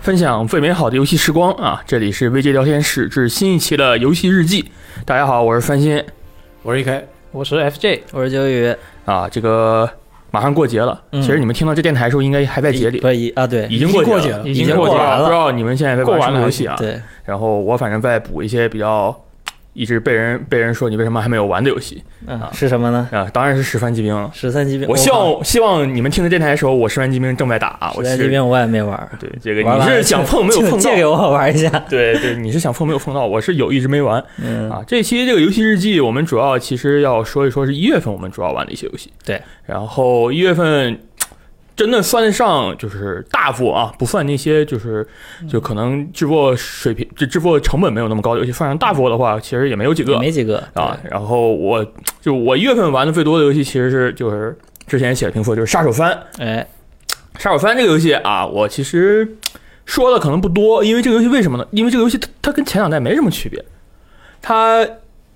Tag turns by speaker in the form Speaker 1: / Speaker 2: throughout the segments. Speaker 1: 分享最美好的游戏时光啊！这里是 VG 聊天室至新一期的游戏日记。大家好，我是翻新
Speaker 2: 我是 EK，
Speaker 3: 我是 FJ，
Speaker 4: 我是九宇，
Speaker 1: 啊。这个马上过节了，
Speaker 4: 嗯
Speaker 1: 其实你们听到这电台的时候，应该还在节里，
Speaker 4: 不一啊，对
Speaker 1: 已经过
Speaker 2: 过
Speaker 1: 节
Speaker 2: 节
Speaker 1: 了，
Speaker 2: 了
Speaker 3: 已
Speaker 1: 已经
Speaker 3: 经
Speaker 1: 过
Speaker 3: 过
Speaker 1: 节
Speaker 3: 完
Speaker 1: 了。不知
Speaker 3: 了。
Speaker 1: 道你们现在在玩什么游戏啊？
Speaker 4: 对，
Speaker 1: 然后我反正在补一些比较一直被人被人说你为什么还没有玩的游戏
Speaker 4: 嗯，是什么呢？
Speaker 1: 啊，当然是《十番骑兵》了。
Speaker 4: 十三级兵，
Speaker 1: 我希望希望你们听的电台的时候，我《十番骑兵》正在打啊，我
Speaker 4: 十
Speaker 1: 其
Speaker 4: 三级
Speaker 1: 实
Speaker 4: 兵我也没玩，
Speaker 1: 对这个
Speaker 4: 玩
Speaker 1: 你
Speaker 4: 完
Speaker 1: 是
Speaker 4: 了
Speaker 1: 想碰没有碰
Speaker 4: 借
Speaker 1: 到
Speaker 4: 借？给我玩一下，
Speaker 1: 对对，你是想碰没有碰到，我是有一直没玩
Speaker 4: 嗯，
Speaker 1: 啊。这期这个游戏日记，我们主要其实要说一说是一月份我们主要玩的一些游戏。
Speaker 4: 对，
Speaker 1: 然后一月份真的算得上就是大作啊，不算那些就是
Speaker 4: 嗯
Speaker 1: 就可能制作水平、就制作成本没有那么高的游戏，算上大作的话，其实也没有几个
Speaker 4: 没几个
Speaker 1: 啊。，然后我就我一月份玩的最多的游戏其实是就是之前写的评测就是《杀手番》。
Speaker 4: 对哎，
Speaker 1: 《杀手番》这个游戏啊，我其实说的可能不多，因为这个游戏为什么呢？因为这个游戏它它跟前两代没什么区别，它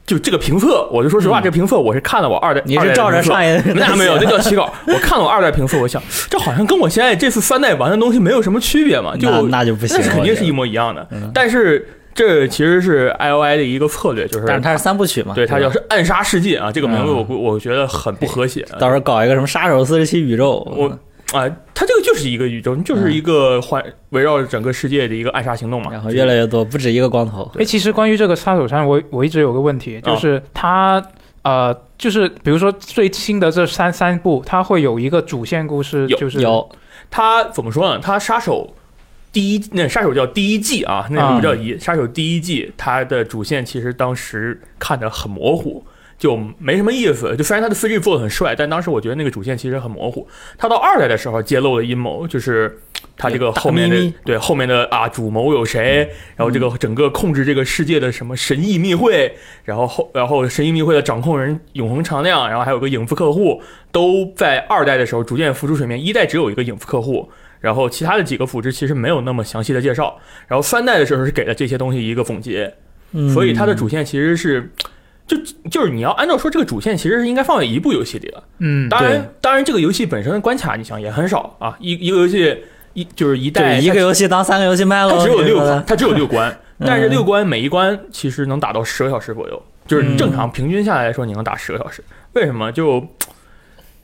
Speaker 1: 就这个评测，我就说实话，
Speaker 4: 嗯
Speaker 1: 这个评测我是看了我二代，
Speaker 4: 你是照着上
Speaker 1: 一。
Speaker 4: 一
Speaker 1: 那没有，那叫起
Speaker 4: 啊
Speaker 1: 稿。我看了我二代评测，我想这好像跟我现在这次三代玩的东西没有什么区别嘛，就
Speaker 4: 那那就不行，
Speaker 1: 那是肯定是一
Speaker 4: 我觉
Speaker 1: 模一样的
Speaker 4: 嗯。
Speaker 1: 但是这其实是 I O I 的一个策略，就是
Speaker 4: 得，但是它是三部曲嘛，
Speaker 1: 对它
Speaker 4: 吧
Speaker 1: 叫是暗杀世界啊，这个名字
Speaker 4: 嗯
Speaker 1: 我估我觉得很不和谐。啊
Speaker 4: 到时候搞一个什么杀手四十七宇宙，
Speaker 1: 我啊，它这个就是一个宇宙，就是一个环围绕着整个世界的一个暗杀行动嘛。
Speaker 4: 嗯然后越来越多，不止一个光头，
Speaker 3: 哎，其实关于这个杀手山，我我一直有个问题，就是它、呃，就是比如说最新的这三三部，它会有一个主线故事，
Speaker 1: 有
Speaker 3: 就是
Speaker 4: 有
Speaker 1: 它怎么说呢？它杀手第一，那杀手叫第一季啊，那个不叫一、杀手第一季，它的主线其实当时看的很模糊。就没什么意思，就虽然它的 CG 做的很帅，但当时我觉得那个主线其实很模糊。它到二代的时候揭露了阴谋，就是它这个
Speaker 4: 大
Speaker 1: 后面的
Speaker 4: 秘密
Speaker 1: 对后面的啊主谋有谁，然后这个整个控制这个世界的什么神异密会，然后后然后神异密会的掌控人永恒长亮，然后还有个影子客户，都在二代的时候逐渐浮出水面。一代只有一个影子客户，然后其他的几个辅职其实没有那么详细的介绍。然后三代的时候是给了这些东西一个总结，
Speaker 4: 嗯
Speaker 1: 所以它的主线其实是。就就是你要按照说这个主线其实是应该放在一部游戏里的，
Speaker 3: 嗯，
Speaker 1: 当
Speaker 4: 对
Speaker 1: 然当然这个游戏本身的关卡你想也很少啊，一一个游戏一就是一代
Speaker 4: 对一
Speaker 1: 它
Speaker 4: 个游戏当三个游戏卖
Speaker 1: 它
Speaker 4: 了，
Speaker 1: 只有六
Speaker 4: 你说
Speaker 1: 关
Speaker 4: 的，
Speaker 1: 它只有六关，
Speaker 4: 嗯
Speaker 1: 但是六关每一关其实能打到十个小时左右，就是正常平均下来说，你能打十个小时。为什么？就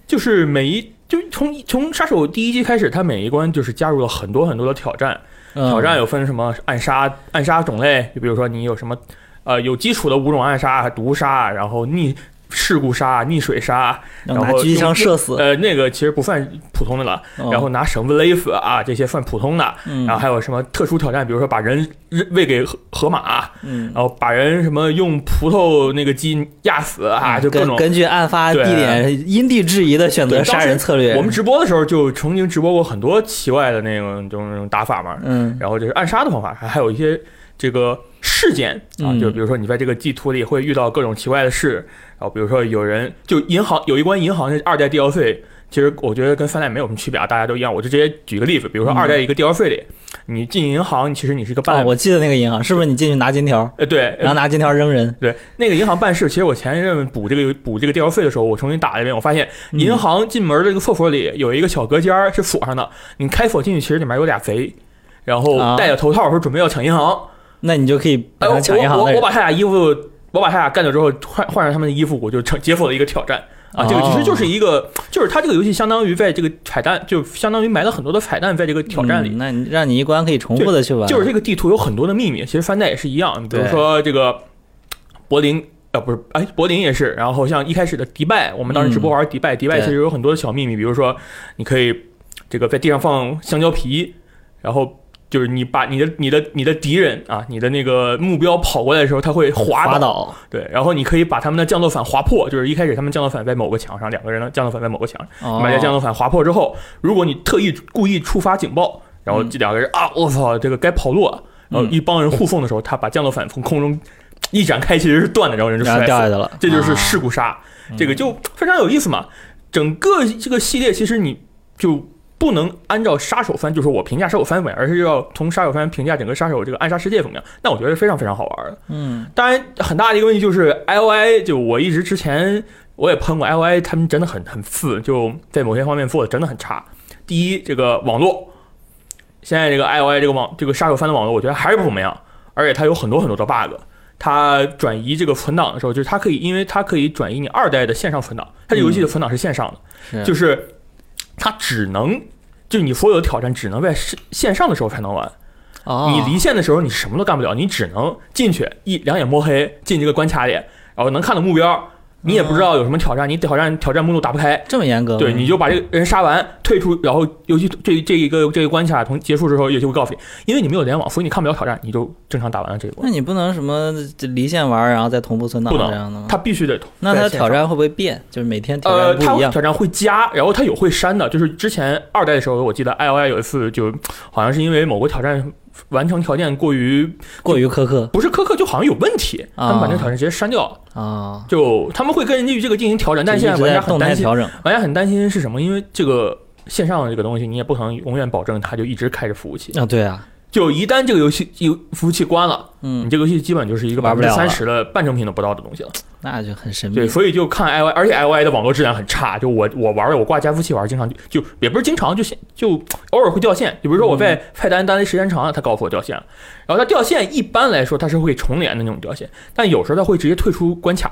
Speaker 1: 就是每一就从从杀手第一季开始，它每一关就是加入了很多很多的挑战，
Speaker 4: 嗯
Speaker 1: 挑战有分什么暗杀暗杀种类，就比如说你有什么呃有基础的五种暗杀、毒杀，然后逆事故杀、溺水杀，
Speaker 4: 然
Speaker 1: 然
Speaker 4: 后拿
Speaker 1: 后
Speaker 4: 狙击枪射死，
Speaker 1: 呃那个其实不算普通的了，
Speaker 4: 嗯
Speaker 1: 然后啊拿绳子勒死啊这些算普通的，
Speaker 4: 嗯
Speaker 1: 然后还有什么特殊挑战，比如说把人扔喂给河河马，
Speaker 4: 嗯
Speaker 1: 然后把人什么用葡萄那个鸡压死啊，就各
Speaker 4: 根
Speaker 1: 种。
Speaker 4: 根据案发地点因地制宜的选择
Speaker 1: 对当
Speaker 4: 杀
Speaker 1: 时
Speaker 4: 人策略。
Speaker 1: 我们直播的时候就曾经直播过很多奇怪的那种这种这种打法嘛，
Speaker 4: 嗯
Speaker 1: 然后就是暗杀的方法，还还有一些这个事件啊，
Speaker 4: 嗯
Speaker 1: 就比如说你在这个地图里会遇到各种奇怪的事，然后比如说有人就银行有一关银行是二代 DLC，其实我觉得跟三代没有什么区别啊，大家都一样。我就直接举个例子，比如说
Speaker 4: 嗯
Speaker 1: 二代一个 DLC 里，你进银行，其实你是一个
Speaker 4: 哦
Speaker 1: 办，，
Speaker 4: 我记得那个银行是不是你进去拿金条，
Speaker 1: 呃对，
Speaker 4: 然后拿金条扔人？
Speaker 1: 对，那个银行办事，其实我前一任补这个补这个 DLC 的时候，我重新打了一遍，我发现
Speaker 4: 嗯
Speaker 1: 银行进门的这个厕所里有一个小隔间儿是锁上的，你开锁进去，其实里面有俩贼，然后
Speaker 4: 啊
Speaker 1: 戴着头套说准备要抢银行，
Speaker 4: 那你就可以
Speaker 1: 哎，
Speaker 4: 把
Speaker 1: 我
Speaker 4: 他抢银
Speaker 1: 我
Speaker 4: 行的
Speaker 1: 我我
Speaker 4: 人。
Speaker 1: 把他俩衣服，我把他俩干掉之后，换换上他们的衣服，我就成解锁了一个挑战啊！这个
Speaker 4: 哦
Speaker 1: 其实就是一个，就是他这个游戏相当于在这个彩蛋，就相当于埋了很多的彩蛋在这个挑战里。
Speaker 4: 嗯那你让你一关可以重复的去玩，
Speaker 1: 就是这个地图有很多的秘密，其实翻代也是一样，比如
Speaker 4: 对
Speaker 1: 说这个柏林。呃，不是，哎，柏林也是。然后像一开始的迪拜，我们当时直播玩迪拜，
Speaker 4: 嗯
Speaker 1: 迪拜其实有很多的小秘密，比如说你可以这个在地上放香蕉皮，然后就是你把你的你的你的敌人啊，你的那个目标跑过来的时候，他会滑
Speaker 4: 滑倒，
Speaker 1: 对，然后你可以把他们的降落伞划破，就是一开始他们降落伞在某个墙上，两个人的降落伞在某个墙上，
Speaker 4: 哦
Speaker 1: 你把这降落伞划破之后，如果你特意故意触发警报，然
Speaker 4: 嗯
Speaker 1: 后这两个人、啊，我操，这个该跑路了，然后一帮人护送的时候，他把降落伞从空中一展开，其实是断的，然后人就
Speaker 4: 然
Speaker 1: 摔
Speaker 4: 后掉下啊嗯
Speaker 1: 死，
Speaker 4: 去了，哦
Speaker 1: 这就是事故杀，这个就非常有意思嘛。整个这个系列其实你就。不能按照杀手番，就说我评价杀手番怎么样，而是要从杀手番评价整个杀手这个暗杀世界怎么样。那我觉得是非常非常好玩的。
Speaker 4: 嗯
Speaker 1: 当然，很大的一个问题就是 I O I，就我一直之前我也喷过 I O I，他们真的很很次，就在某些方面做的真的很差。第一，这个网络现在这个 iOS 这个网这个杀手番的网络，我觉得还是不怎么样，而且它有很多很多的 bug。它转移这个存档的时候，就是它可以，因为它可以转移你二代的线上存档，它这游戏的存档是线上的，
Speaker 4: 是
Speaker 1: 就是它只能，就是你所有的挑战只能在线线上的时候才能玩。
Speaker 4: 哦，
Speaker 1: 你离线的时候你什么都干不了，你只能进去一两眼摸黑进这个关卡里，然后能看到目标，你也不知道有什么挑战，你挑战挑战目录打不开，
Speaker 4: 这么严格？
Speaker 1: 对，你就把这个人杀完退出，然后游戏这这一个这个关卡从结束之后，游戏会告诉你，因为你没有联网，所以你看不了挑战，你就正常打完了这一
Speaker 4: 那
Speaker 1: 关。
Speaker 4: 你不能什么离线玩，然后再同步存档
Speaker 1: 不能
Speaker 4: 这样的吗？
Speaker 1: 它必须得通。
Speaker 4: 那它
Speaker 1: 在
Speaker 4: 的
Speaker 1: 线
Speaker 4: 挑
Speaker 1: 上
Speaker 4: 战会不会变？就是每天挑
Speaker 1: 呃，
Speaker 4: 战不一
Speaker 1: 它
Speaker 4: 样？
Speaker 1: 挑战会加，然后它有会删的，就是之前二代的时候，我记得 I O I 有一次就好像是因为某个挑战完成条件过于
Speaker 4: 过于苛刻
Speaker 1: 不是苛刻，就好像有问题，他们把那个挑战直接删掉了。
Speaker 4: 啊！
Speaker 1: 就他们会根据这个进行调整，但
Speaker 4: 就
Speaker 1: 现
Speaker 4: 一
Speaker 1: 在
Speaker 4: 直
Speaker 1: 玩
Speaker 4: 在
Speaker 1: 家很
Speaker 4: 动
Speaker 1: 担
Speaker 4: 态
Speaker 1: 心，
Speaker 4: 调整
Speaker 1: 玩家很担心是什么？因为这个线上的这个东西，你也不可能永远保证它就一直开着服务器。
Speaker 4: 啊，对啊，
Speaker 1: 就一旦这个游戏有服务器关了，你
Speaker 4: 嗯，
Speaker 1: 这个游戏基本就是一个百
Speaker 4: 玩
Speaker 1: 分
Speaker 4: 不
Speaker 1: 之
Speaker 4: 了嗯了
Speaker 1: 三十的半成品都不到的东西了。
Speaker 4: 那就很神秘
Speaker 1: 对，。所以就看 I O I，而且 I O I 的网络质量很差。就我我玩了，我挂加服器玩，经常就就也不是经常，就现就偶尔会掉线。就比如说我
Speaker 4: 嗯
Speaker 1: 在菜单单时间长了，它告诉我掉线了。然后它掉线一般来说它是会重连的那种掉线，但有时候它会直接退出关卡。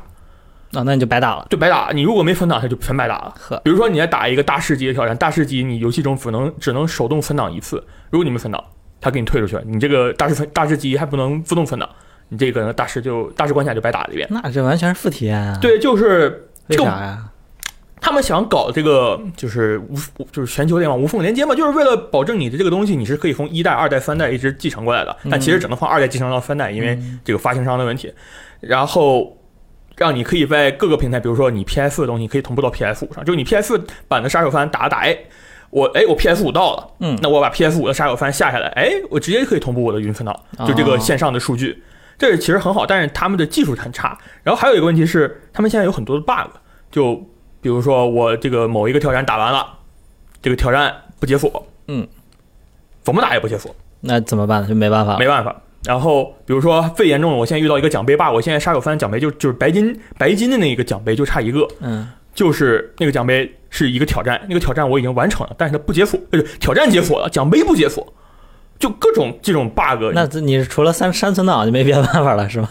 Speaker 4: 啊，那你就白打了。
Speaker 1: 就白打。你如果没存档，它就全白打了。
Speaker 4: 呵，
Speaker 1: 比如说你在打一个大师级的挑战，大师级你游戏中只能只能手动存档一次，如果你没存档，它给你退出去了。你这个大师分大师级还不能自动存档，你这个大师就大师关卡就白打了一遍。
Speaker 4: 那这完全是负体验啊！，
Speaker 1: 对，就是
Speaker 4: 为啥呀？
Speaker 1: 他们想搞这个，就是无无就是全球联网无缝连接嘛，就是为了保证你的这个东西你是可以从一代、二代、三代一直继承过来
Speaker 4: 嗯
Speaker 1: 的，但其实只能从二代继承到三代，因为这个发行商的问题，然后让你可以在各个平台，比如说你 PS 的东西可以同步到 PS 五上，就是你 PS 版的杀手番打着打哎。我哎，我 PS 五到了，
Speaker 4: 嗯
Speaker 1: 那我把 PS 五的杀手番下下来，哎，我直接可以同步我的云存档，就这个
Speaker 4: 哦
Speaker 1: 线上的数据，这是其实很好，但是他们的技术很差。然后还有一个问题是，他们现在有很多的 bug，就比如说我这个某一个挑战打完了，这个挑战不解锁，
Speaker 4: 嗯，
Speaker 1: 怎么打也不解锁，
Speaker 4: 那怎么办呢？就没办法了
Speaker 1: 没。办法。然后比如说最严重的，我现在遇到一个奖杯 bug，我现在杀手番奖杯就就是白金白金的那一个奖杯就差一个，
Speaker 4: 嗯，
Speaker 1: 就是那个奖杯是一个挑战，那个挑战我已经完成了，但是它不解锁，呃，挑战解锁了，奖杯不解锁，就各种这种 bug。
Speaker 4: 那这你除了删删存档就没别的办法了是吗？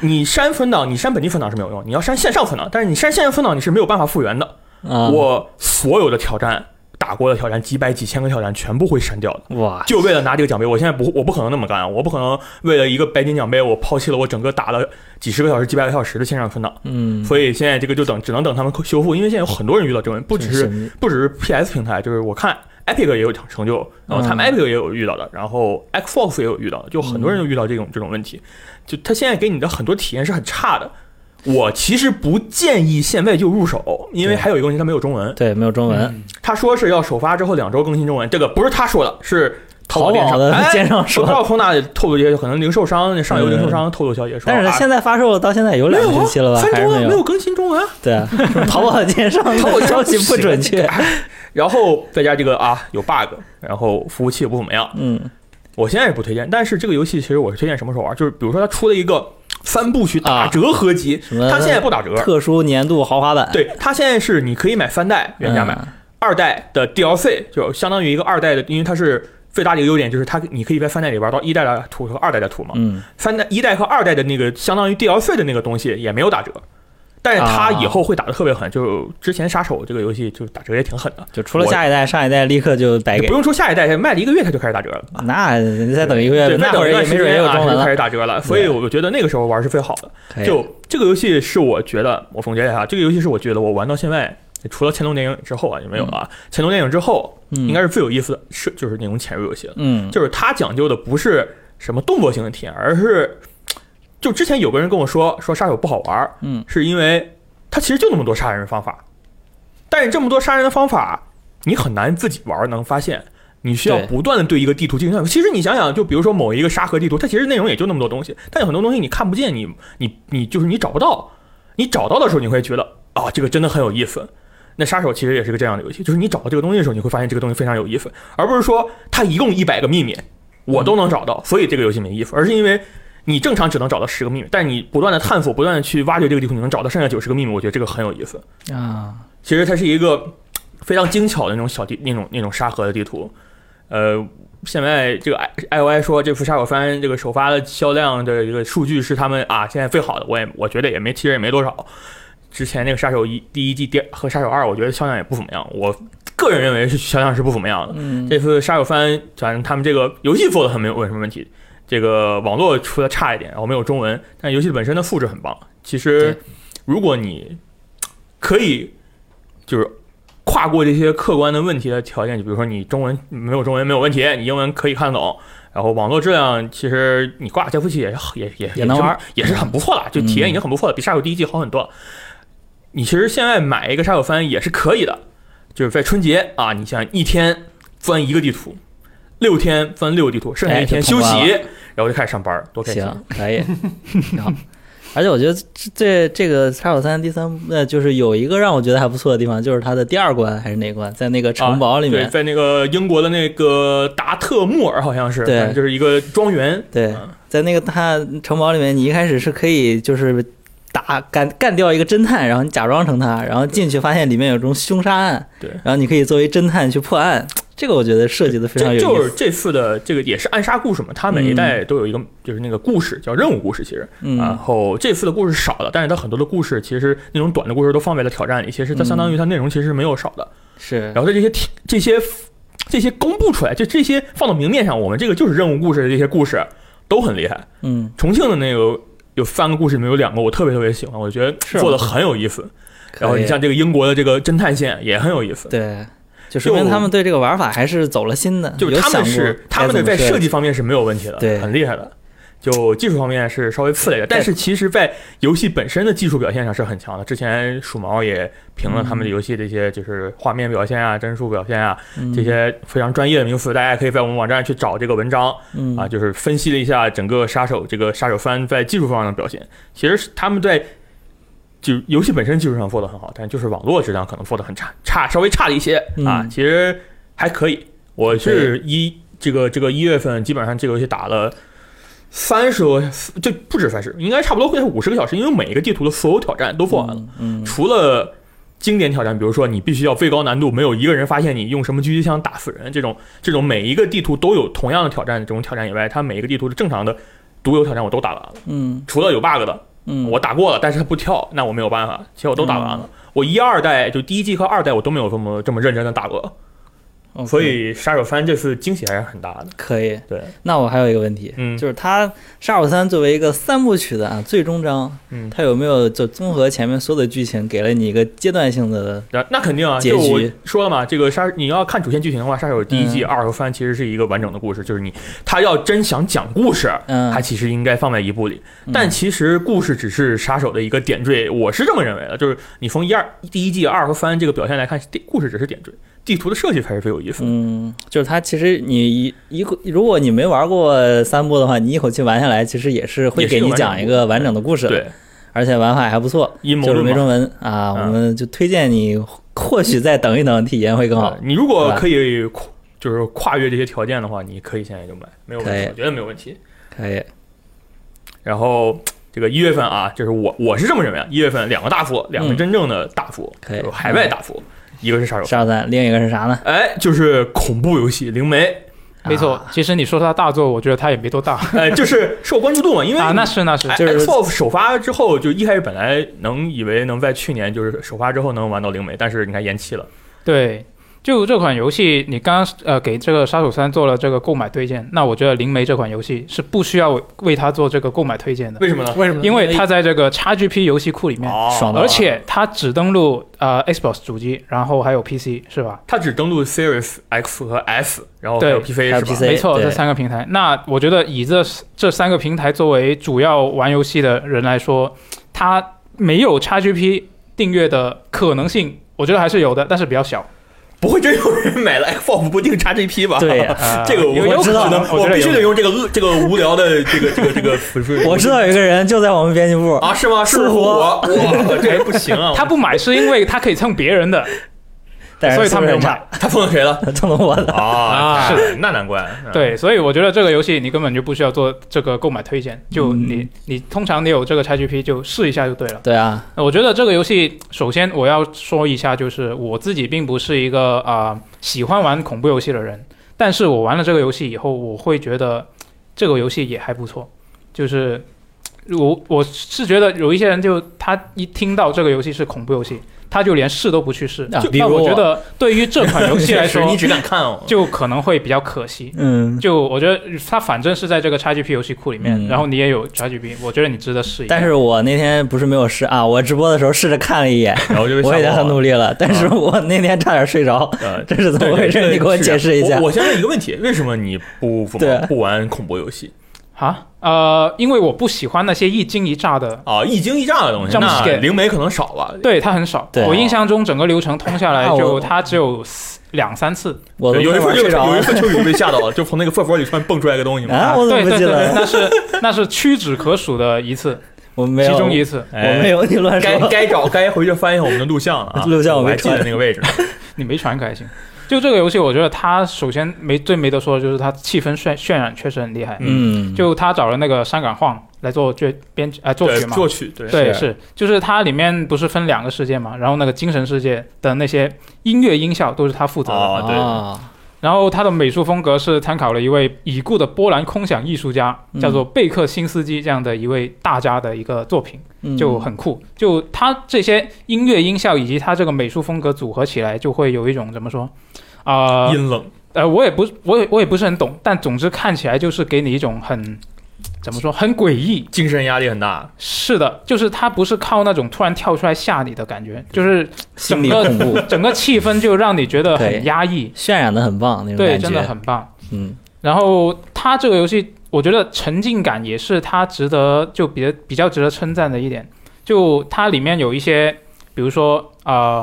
Speaker 1: 你删存档，你删本地存档是没有用，你要删线上存档，但是你删线上存档你是没有办法复原的。
Speaker 4: 啊，
Speaker 1: 我所有的挑战打过的挑战，几百几千个挑战全部会删掉的。
Speaker 4: 哇，
Speaker 1: 就为了拿这个奖杯，我现在不，我不可能那么干，我不可能为了一个白金奖杯，我抛弃了我整个打了几十个小时、几百个小时的线上存档。
Speaker 4: 嗯，
Speaker 1: 所以现在这个就等，只能等他们修复，因为现在有很多人遇到这个问题，不只
Speaker 4: 真
Speaker 1: 是
Speaker 4: 神秘
Speaker 1: 不只是 PS 平台，就是我看 Epic 也有成成就，然
Speaker 4: 嗯
Speaker 1: 后他们 Epic 也有遇到的，然后 Xbox 也有遇到的，就很多人
Speaker 4: 嗯
Speaker 1: 就遇到这种这种问题，就他现在给你的很多体验是很差的。我其实不建议现在就入手，因为
Speaker 4: 对
Speaker 1: 还有一个问题，它没有中文。
Speaker 4: 对，没有中文，
Speaker 3: 嗯
Speaker 1: 他说是要首发之后两周更新中文，这个不是他说的，是淘
Speaker 4: 淘
Speaker 1: 宝电
Speaker 4: 宝
Speaker 1: 商
Speaker 4: 的
Speaker 1: 哎
Speaker 4: 奸商
Speaker 1: 我不知
Speaker 4: 说，嗯
Speaker 1: 道从哪里透露这些，可能零售商、上游零售商透露消息说，
Speaker 4: 但是
Speaker 1: 啊
Speaker 4: 他现在发售到现在有
Speaker 1: 没
Speaker 4: 两
Speaker 1: 有
Speaker 4: 个
Speaker 1: 啊
Speaker 4: 星期了吧，
Speaker 1: 翻
Speaker 4: 还是
Speaker 1: 中文
Speaker 4: 没
Speaker 1: 没有更新中文 啊，
Speaker 4: 对啊， 淘宝奸商的
Speaker 1: 淘宝。
Speaker 4: 消息不准确。
Speaker 1: 哎然后再加这个啊有 bug，然后服务器也不怎么样，
Speaker 4: 嗯，
Speaker 1: 我现在也不推荐。但是这个游戏其实我是推荐什么时候玩，就是比如说它出了一个三部曲打折合集，
Speaker 4: 啊什么
Speaker 1: 它现在不打折，
Speaker 4: 特殊年度豪华版，
Speaker 1: 对，它现在是你可以买三代原价买，
Speaker 4: 嗯
Speaker 1: 二代的 DLC 就相当于一个二代的，因为它是。最大的一个优点就是它，你可以在三代里玩到一代的图和二代的图嘛，
Speaker 4: 嗯，
Speaker 1: 三代一代和二代的那个相当于 DLC 的那个东西也没有打折，但是
Speaker 4: 啊
Speaker 1: 它以后会打的特别狠，就之前杀手这个游戏就打折也挺狠的，
Speaker 4: 就除了
Speaker 1: 我
Speaker 4: 下一代，上一代立刻就白
Speaker 1: 你
Speaker 4: 给
Speaker 1: 不。用说下一代卖了一个月它就开始打折了，
Speaker 4: 那你再等一个月，
Speaker 1: 对，再
Speaker 4: 那会
Speaker 1: 等一
Speaker 4: 儿也
Speaker 1: 段时
Speaker 4: 没准也
Speaker 1: 间
Speaker 4: 有
Speaker 1: 啊
Speaker 4: 中文
Speaker 1: 就开
Speaker 4: 了。哎
Speaker 1: 始打折了，所以我觉得那个时候玩是最好的。
Speaker 4: 可以
Speaker 1: 就这个游戏是我觉得，我总结一下，啊这个游戏是我觉得我玩到现在。除了《乾隆电影》之后啊，也没有了啊。乾隆电影》之后，
Speaker 4: 应
Speaker 1: 应该是最有意思的，是就是那种潜入游戏了。
Speaker 4: 嗯，
Speaker 1: 就是它讲究的不是什么动作性的体验，而是就之前有个人跟我说说杀手不好玩儿，
Speaker 4: 嗯，
Speaker 1: 是因为它其实就那么多杀人的方法，但是这么多杀人的方法，你很难自己玩儿能发现。你需要
Speaker 4: 对
Speaker 1: 不断的对一个地图进行探索。其实你想想，就比如说某一个沙盒地图，它其实内容也就那么多东西，但有很多东西你看不见，你你你就是你找不到。你找到的时候，你会觉得啊、这个真的很有意思。那杀手其实也是个这样的游戏，就是你找到这个东西的时候，你会发现这个东西非常有意思，而不是说它一共一百个秘密我都能找到，所以这个游戏没意思，而是因为你正常只能找到十个秘密，但你不断的探索，不断的去挖掘这个地图，你能找到剩下九十个秘密，我觉得这个很有意思。
Speaker 4: 啊，
Speaker 1: 其实它是一个非常精巧的那种小地那种那种沙盒的地图，呃，现在这个 i i o i 说这副杀手番这个首发的销量的一个数据是他们啊现在最好的，我也我觉得也没其实也没多少。之前那个杀手一第一季第二和杀手二，我觉得销量也不怎么样，我个人认为是销量是不怎么样的。
Speaker 4: 嗯，
Speaker 1: 这次杀手番，反正他们这个游戏做的很没有没什么问题，这个网络出的差一点，然后没有中文，但游戏本身的素质很棒。其实
Speaker 4: 对，
Speaker 1: 如果你可以就是跨过这些客观的问题的条件，就比如说你中文没有中文没有问题，你英文可以看得懂，然后网络质量其实你挂加夫奇也是也也
Speaker 4: 也能玩嗯
Speaker 1: 是也是很不错了，就体验已经很不错了，比杀手第一季好很多了。你其实现在买一个杀手番也是可以的，就是在春节啊，你想一天翻一个地图，六天翻六个地图，剩下一天休息，
Speaker 4: 哎
Speaker 1: 然后就开始上班，多开心！啊
Speaker 4: 行，可以， 挺好。而且我觉得这这这个《杀手三》第三，呃，就是有一个让我觉得还不错的地方，就是它的第二关还是哪关，在那个城堡里面
Speaker 1: 对，，在那个英国的那个达特莫尔好像是，
Speaker 4: 对
Speaker 1: 反正就是一个庄园，
Speaker 4: 对
Speaker 1: 嗯，
Speaker 4: 在那个他城堡里面，你一开始是可以就是打干干掉一个侦探，然后你假装成他，然后进去发现里面有种凶杀案，
Speaker 1: 对
Speaker 4: 然后你可以作为侦探去破案，这个我觉得设计的非常有
Speaker 1: 这
Speaker 4: 意思，
Speaker 1: 就是这次的这个也是暗杀故事嘛，它每一代都有一个就是那个故事叫任务故事，其实，
Speaker 4: 嗯
Speaker 1: 然后这次的故事少了，但是它很多的故事其实那种短的故事都放在了挑战里，其实它
Speaker 4: 嗯
Speaker 1: 相当于它内容其实没有少的，
Speaker 4: 是
Speaker 1: 然后在这些提这些这些公布出来，就这些放到明面上，我们这个就是任务故事的这些故事都很厉害。
Speaker 4: 嗯
Speaker 1: 重庆的那个有三个故事里面有两个我特别特别喜欢，我觉得
Speaker 4: 是吗
Speaker 1: 做的很有意思。然后
Speaker 4: 可以
Speaker 1: 你像这个英国的这个侦探线也很有意思，
Speaker 4: 对，就说明
Speaker 1: 就
Speaker 4: 他们对这个玩法还是走了心的，
Speaker 1: 就是
Speaker 4: 有
Speaker 1: 他
Speaker 4: 想
Speaker 1: 们
Speaker 4: 过
Speaker 1: 是他们的
Speaker 4: 该怎
Speaker 1: 在
Speaker 4: 么
Speaker 1: 设计方面是没有问题的，
Speaker 4: 对
Speaker 1: 很厉害的。就技术方面是稍微次了一点，但是其实，在游戏本身的技术表现上是很强的。之前鼠毛也评了
Speaker 4: 嗯
Speaker 1: 他们的游戏的一些就是画面表现啊、帧数表现啊这
Speaker 4: 嗯
Speaker 1: 些非常专业的名词，大家可以在我们网站去找这个文章
Speaker 4: 嗯
Speaker 1: 啊，就是分析了一下整个杀手这个杀手番在技术方面的表现。其实是他们在就游戏本身技术上做的很好，但就是网络质量可能做的很差，差稍微差了一些啊
Speaker 4: 嗯。
Speaker 1: 其实还可以，我是一这个这个一月份基本上这个游戏打了。三十多，就不止三十，应该差不多会是五十个小时，因为每一个地图的所有挑战都做完了。，
Speaker 4: 嗯
Speaker 1: 除了经典挑战，比如说你必须要最高难度，没有一个人发现你用什么狙击枪打死人这种这种每一个地图都有同样的挑战的这种挑战以外，它每一个地图的正常的独有挑战我都打完了，
Speaker 4: 嗯
Speaker 1: 除了有 bug 的
Speaker 4: 嗯，
Speaker 1: 我打过了，但是它不跳，那我没有办法，其实我都打完了。我一二代就第一季和二代我都没有这么这么认真的打过，
Speaker 4: OK
Speaker 1: 所以杀手番这次惊喜还是很大的。
Speaker 4: 可以。
Speaker 1: 对，
Speaker 4: 那我还有一个问题，
Speaker 1: 嗯
Speaker 4: 就是它《杀手三》作为一个三部曲的啊最终章，
Speaker 1: 嗯，
Speaker 4: 它有没有就综合前面所有的剧情，给了你一个阶段性的？
Speaker 1: 那那肯定啊，
Speaker 4: 结
Speaker 1: 就我
Speaker 4: 局
Speaker 1: 说了嘛，这个杀你要看主线剧情的话，《杀手》第一季、
Speaker 4: 嗯
Speaker 1: 二和三其实是一个完整的故事，就是你他要真想讲故事，
Speaker 4: 嗯，
Speaker 1: 它其实应该放在一部里，
Speaker 4: 嗯
Speaker 1: 但其实故事只是杀手的一个点缀，我是这么认为的。就是你从一二第一季二和三这个表现来看，地故事只是点缀，地图的设计才是最有意思的。
Speaker 4: 嗯，就是它其实你一一口，如果你没玩过三部的话，你一口气玩下来，其实也是会
Speaker 1: 也是
Speaker 4: 给
Speaker 1: 一个
Speaker 4: 你
Speaker 1: 完整
Speaker 4: 讲
Speaker 1: 的
Speaker 4: 一
Speaker 1: 故
Speaker 4: 个完整的故事，，
Speaker 1: 对，
Speaker 4: 而且玩法还不错，
Speaker 1: 阴谋
Speaker 4: 就是
Speaker 1: 论
Speaker 4: 没
Speaker 1: 嘛。
Speaker 4: 中文啊，
Speaker 1: 嗯
Speaker 4: 我们就推荐你，或许再等一等，体验会更好
Speaker 1: 对。你如果
Speaker 4: 对吧
Speaker 1: 可以跨就是跨越这些条件的话，你可以现在就买，没有问
Speaker 4: 可
Speaker 1: 题，
Speaker 4: 以
Speaker 1: 我觉得没有问题。
Speaker 4: 可以，
Speaker 1: 然后这个一月份啊，就是我我是这么认为，啊，一月份两个大幅，两个
Speaker 4: 嗯
Speaker 1: 真正的大幅，
Speaker 4: 可以嗯
Speaker 1: 就是海外大幅，一个是杀手，
Speaker 4: 杀手三，另一个是啥呢？
Speaker 1: 哎，就是恐怖游戏《灵媒》，
Speaker 3: 没错
Speaker 4: 啊，
Speaker 3: 其实你说它大作，我觉得它也没多大
Speaker 1: 哎，就是受关注度嘛，因为
Speaker 3: 啊，那是那是，
Speaker 4: 就是
Speaker 1: Xbox 哎首发之后，就一开始本来能以为能在去年就是首发之后能玩到灵媒，但是你看延期了。
Speaker 3: 对，就这款游戏，你刚刚呃给这个《杀手三》做了这个购买推荐，那我觉得《灵媒》这款游戏是不需要为它做这个购买推荐的，
Speaker 1: 为什么呢？
Speaker 2: 为什么呢？
Speaker 3: 因为它在这个 XGP 游戏库里面，
Speaker 1: 哦
Speaker 4: 爽的
Speaker 3: 而且它只登录呃 Xbox 主机，然后还有 PC 是吧？
Speaker 1: 它只登录 Series X 和 S，然后还有
Speaker 3: 对
Speaker 1: PC
Speaker 4: 还有
Speaker 1: 是吧？
Speaker 4: 对
Speaker 3: 没错，
Speaker 4: 对
Speaker 3: 这三个平台。那我觉得以这这三个平台作为主要玩游戏的人来说，它没有 XGP 订阅的可能性，我觉得还是有的，但是比较小。
Speaker 1: 不会真有人买了 Xbox 不定 XGP 吧？
Speaker 4: 对，啊
Speaker 3: 呃
Speaker 1: 这个我
Speaker 3: 有有
Speaker 1: 我
Speaker 3: 可
Speaker 1: 只
Speaker 3: 能
Speaker 1: 能，
Speaker 3: 觉
Speaker 1: 我
Speaker 3: 得
Speaker 1: 必须
Speaker 3: 有
Speaker 1: 得用这个恶这个无聊的这个这个这个辅助。
Speaker 4: 我知道有一个人就在我们编辑部，
Speaker 1: 啊，是吗？是
Speaker 4: 似乎
Speaker 1: 我，我这人不行
Speaker 4: 嗯
Speaker 1: 啊！
Speaker 3: 他不买是因为他可以蹭别人的，
Speaker 4: 但是
Speaker 3: 所以他没有
Speaker 4: 素质很
Speaker 3: 买
Speaker 4: 差，。
Speaker 1: 他碰到谁 了？
Speaker 4: 他蹭了我的。
Speaker 1: 啊
Speaker 3: 是
Speaker 1: 的，那难怪。
Speaker 4: 嗯
Speaker 1: 啊，
Speaker 3: 对，所以我觉得这个游戏你根本就不需要做这个购买推荐，就你、你通常你有这个 XGP 就试一下就对了。
Speaker 4: 对啊，
Speaker 3: 呃我觉得这个游戏，首先我要说一下，就是我自己并不是一个啊、呃喜欢玩恐怖游戏的人，但是我玩了这个游戏以后，我会觉得这个游戏也还不错。就是我我是觉得有一些人就他一听到这个游戏是恐怖游戏，他就连试都不去试。
Speaker 4: 啊
Speaker 3: 就
Speaker 2: 比
Speaker 3: 但
Speaker 2: 如
Speaker 3: 我觉
Speaker 2: 我
Speaker 3: 得对于这款游戏 来
Speaker 2: 确实
Speaker 3: 说
Speaker 2: 你，只敢看哦，
Speaker 3: 就可能会比较可惜。
Speaker 4: 嗯，
Speaker 3: 就我觉得它反正是在这个 XGP 游戏库里面，
Speaker 4: 嗯
Speaker 3: 然后你也有 XGP，我觉得你值得试一下。
Speaker 4: 但是我那天不是没有试啊，我直播的时候试着看了一眼，
Speaker 2: 然后就被
Speaker 4: 我已经
Speaker 2: 吓
Speaker 4: 很
Speaker 2: 到了。
Speaker 4: 努力了，但是我那天差点睡着，
Speaker 2: 呃，
Speaker 4: 这是 怎么回事？你给我解释一下
Speaker 2: 啊我。我先问一个问题，为什么你不不
Speaker 4: 对
Speaker 2: 不玩恐怖游戏
Speaker 3: 啊，呃，因为我不喜欢那些一惊一乍的，
Speaker 2: 啊？一惊一乍的东西，
Speaker 3: Jump
Speaker 2: 那
Speaker 3: scare
Speaker 2: 灵媒可能少吧？
Speaker 3: 对它很少。
Speaker 4: 对
Speaker 3: 我印象中整个流程通下来
Speaker 4: 啊
Speaker 3: 就
Speaker 4: 我
Speaker 3: 它只有四两三次。
Speaker 4: 我都
Speaker 2: 有一
Speaker 4: 快
Speaker 2: 次
Speaker 4: 睡
Speaker 2: 就
Speaker 4: 着
Speaker 2: 有一
Speaker 4: 了
Speaker 2: 次秋雨被吓到了，就从那个狒狒里突然蹦出来个东西嘛。
Speaker 4: 啊！我怎
Speaker 3: 对
Speaker 4: 么不
Speaker 3: 对
Speaker 4: 记
Speaker 3: 对对，
Speaker 4: 得？
Speaker 3: 那是 那是屈指可数的一次，
Speaker 4: 我没
Speaker 3: 其
Speaker 4: 有，
Speaker 3: 中一
Speaker 4: 我
Speaker 3: 次。
Speaker 2: 哎
Speaker 4: 没有，你乱
Speaker 2: 该
Speaker 4: 说。
Speaker 2: 该找该回去翻一下我们的录像了啊，
Speaker 4: 录像我
Speaker 2: 我
Speaker 4: 没
Speaker 2: 还记得那个位 置。
Speaker 3: 你没传可还行。就这个游戏，我觉得它首先没最没得说的就是它气氛渲渲染确实很厉害。
Speaker 4: 嗯，
Speaker 3: 就他找了那个山岗晃来做剧编啊、作
Speaker 2: 对
Speaker 3: 曲嘛，
Speaker 2: 作曲对
Speaker 3: 对
Speaker 4: 是
Speaker 3: 是，就是它里面不是分两个世界嘛，然后那个精神世界的那些音乐音效都是他负责的，
Speaker 2: 哦对
Speaker 4: 啊，
Speaker 3: 然后他的美术风格是参考了一位已故的波兰空想艺术家
Speaker 4: 嗯
Speaker 3: 叫做贝克辛斯基这样的一位大家的一个作品，
Speaker 4: 嗯
Speaker 3: 就很酷。就他这些音乐音效以及他这个美术风格组合起来，就会有一种怎么说啊？呃
Speaker 2: 阴冷
Speaker 3: 呃，我也不我也我也不是很懂，但总之看起来就是给你一种很怎么说很诡异，
Speaker 2: 精神压力很大，
Speaker 3: 是的，就是它不是靠那种突然跳出来吓你的感觉，就是整
Speaker 4: 心理
Speaker 3: 个
Speaker 4: 恐 怖，
Speaker 3: 整个气氛就让你觉得
Speaker 4: 对
Speaker 3: 很压抑，
Speaker 4: 渲染的很棒那种
Speaker 3: 对，
Speaker 4: 感觉，
Speaker 3: 真的很棒。
Speaker 4: 嗯
Speaker 3: 然后它这个游戏，我觉得沉浸感也是它值得就比比较值得称赞的一点，就它里面有一些，比如说啊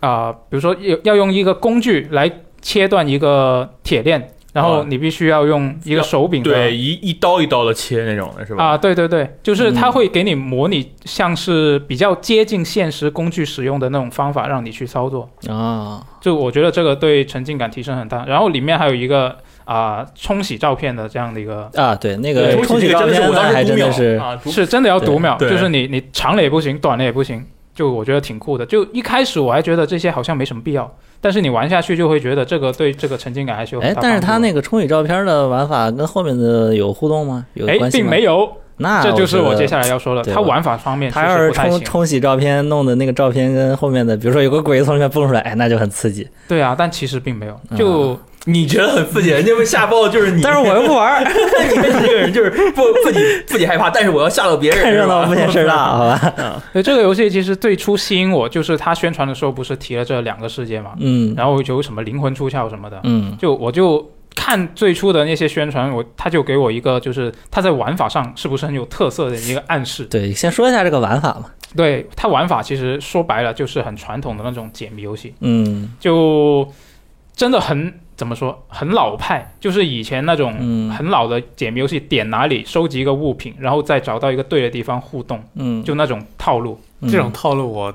Speaker 3: 啊、呃比如说要要用一个工具来切断一个铁链，然后
Speaker 2: 啊
Speaker 3: 你必须要用一个手柄的
Speaker 4: 啊
Speaker 2: 对一一刀一刀的切那种的是吧？
Speaker 3: 啊，对对对，就是它
Speaker 4: 嗯
Speaker 3: 会给你模拟像是比较接近现实工具使用的那种方法，让你去操作。
Speaker 4: 啊，
Speaker 3: 就我觉得这个对沉浸感提升很大。然后里面还有一个啊、冲洗照片的这样的一个，
Speaker 4: 啊，对，那个
Speaker 2: 对
Speaker 4: 冲洗
Speaker 2: 这个
Speaker 4: 照
Speaker 2: 真的是
Speaker 4: 片
Speaker 2: 我当
Speaker 4: 那
Speaker 2: 时
Speaker 4: 还真
Speaker 2: 读
Speaker 4: 的
Speaker 2: 秒
Speaker 4: 是，
Speaker 2: 啊，读
Speaker 3: 是真的要
Speaker 4: 对
Speaker 3: 读秒，
Speaker 2: 对
Speaker 3: 就是你你长了也不行，短了也不行。就我觉得挺酷的。就一开始我还觉得这些好像没什么必要，但是你玩下去就会觉得这个对这个沉浸感还是有很
Speaker 4: 哎
Speaker 3: 大，帮助的。
Speaker 4: 但是他那个冲洗照片的玩法跟后面的有互动吗？有
Speaker 3: 哎
Speaker 4: 关系
Speaker 3: 并
Speaker 4: 吗？
Speaker 3: 没有，
Speaker 4: 那
Speaker 3: 这就是
Speaker 4: 我
Speaker 3: 我
Speaker 4: 觉
Speaker 3: 接
Speaker 4: 得
Speaker 3: 下来要说的。
Speaker 4: 对
Speaker 3: 它
Speaker 4: 吧
Speaker 3: 玩法方面
Speaker 4: 他
Speaker 3: 确
Speaker 4: 要
Speaker 3: 实
Speaker 4: 是
Speaker 3: 不太
Speaker 4: 冲
Speaker 3: 行。
Speaker 4: 冲洗照片弄的那个照片跟后面的，比如说有个鬼从里面蹦出来，哎，那就很刺 激。
Speaker 3: 对啊，但其实并没有。就、
Speaker 2: 你觉得很刺激，人家被吓爆的就是你，
Speaker 4: 嗯但是 我又不玩，
Speaker 2: 但你认识这个人就是不自己自己害怕，但是我要吓到别人，
Speaker 4: 看热闹
Speaker 2: 是
Speaker 4: 不
Speaker 2: 吧
Speaker 4: 嫌事儿大，好吧？
Speaker 3: 对这个游戏其实最初吸引我，就是它宣传的时候不是提了这两个世界嘛，
Speaker 4: 嗯
Speaker 3: 然后有什么灵魂出窍什么的，
Speaker 4: 嗯
Speaker 3: 就我就看最初的那些宣传，我他就给我一个就是他在玩法上是不是很有特色的一个暗示。
Speaker 4: 对，先说一下这个玩法嘛。
Speaker 3: 对它玩法其实说白了就是很传统的那种解谜游戏，
Speaker 4: 嗯
Speaker 3: 就真的很怎么说很老派，就是以前那种
Speaker 4: 嗯
Speaker 3: 很老的解谜游戏，点哪里收集一个物品，然后再找到一个对的地方互动，
Speaker 4: 嗯，
Speaker 3: 就那种套路。
Speaker 4: 嗯
Speaker 5: 这种套路我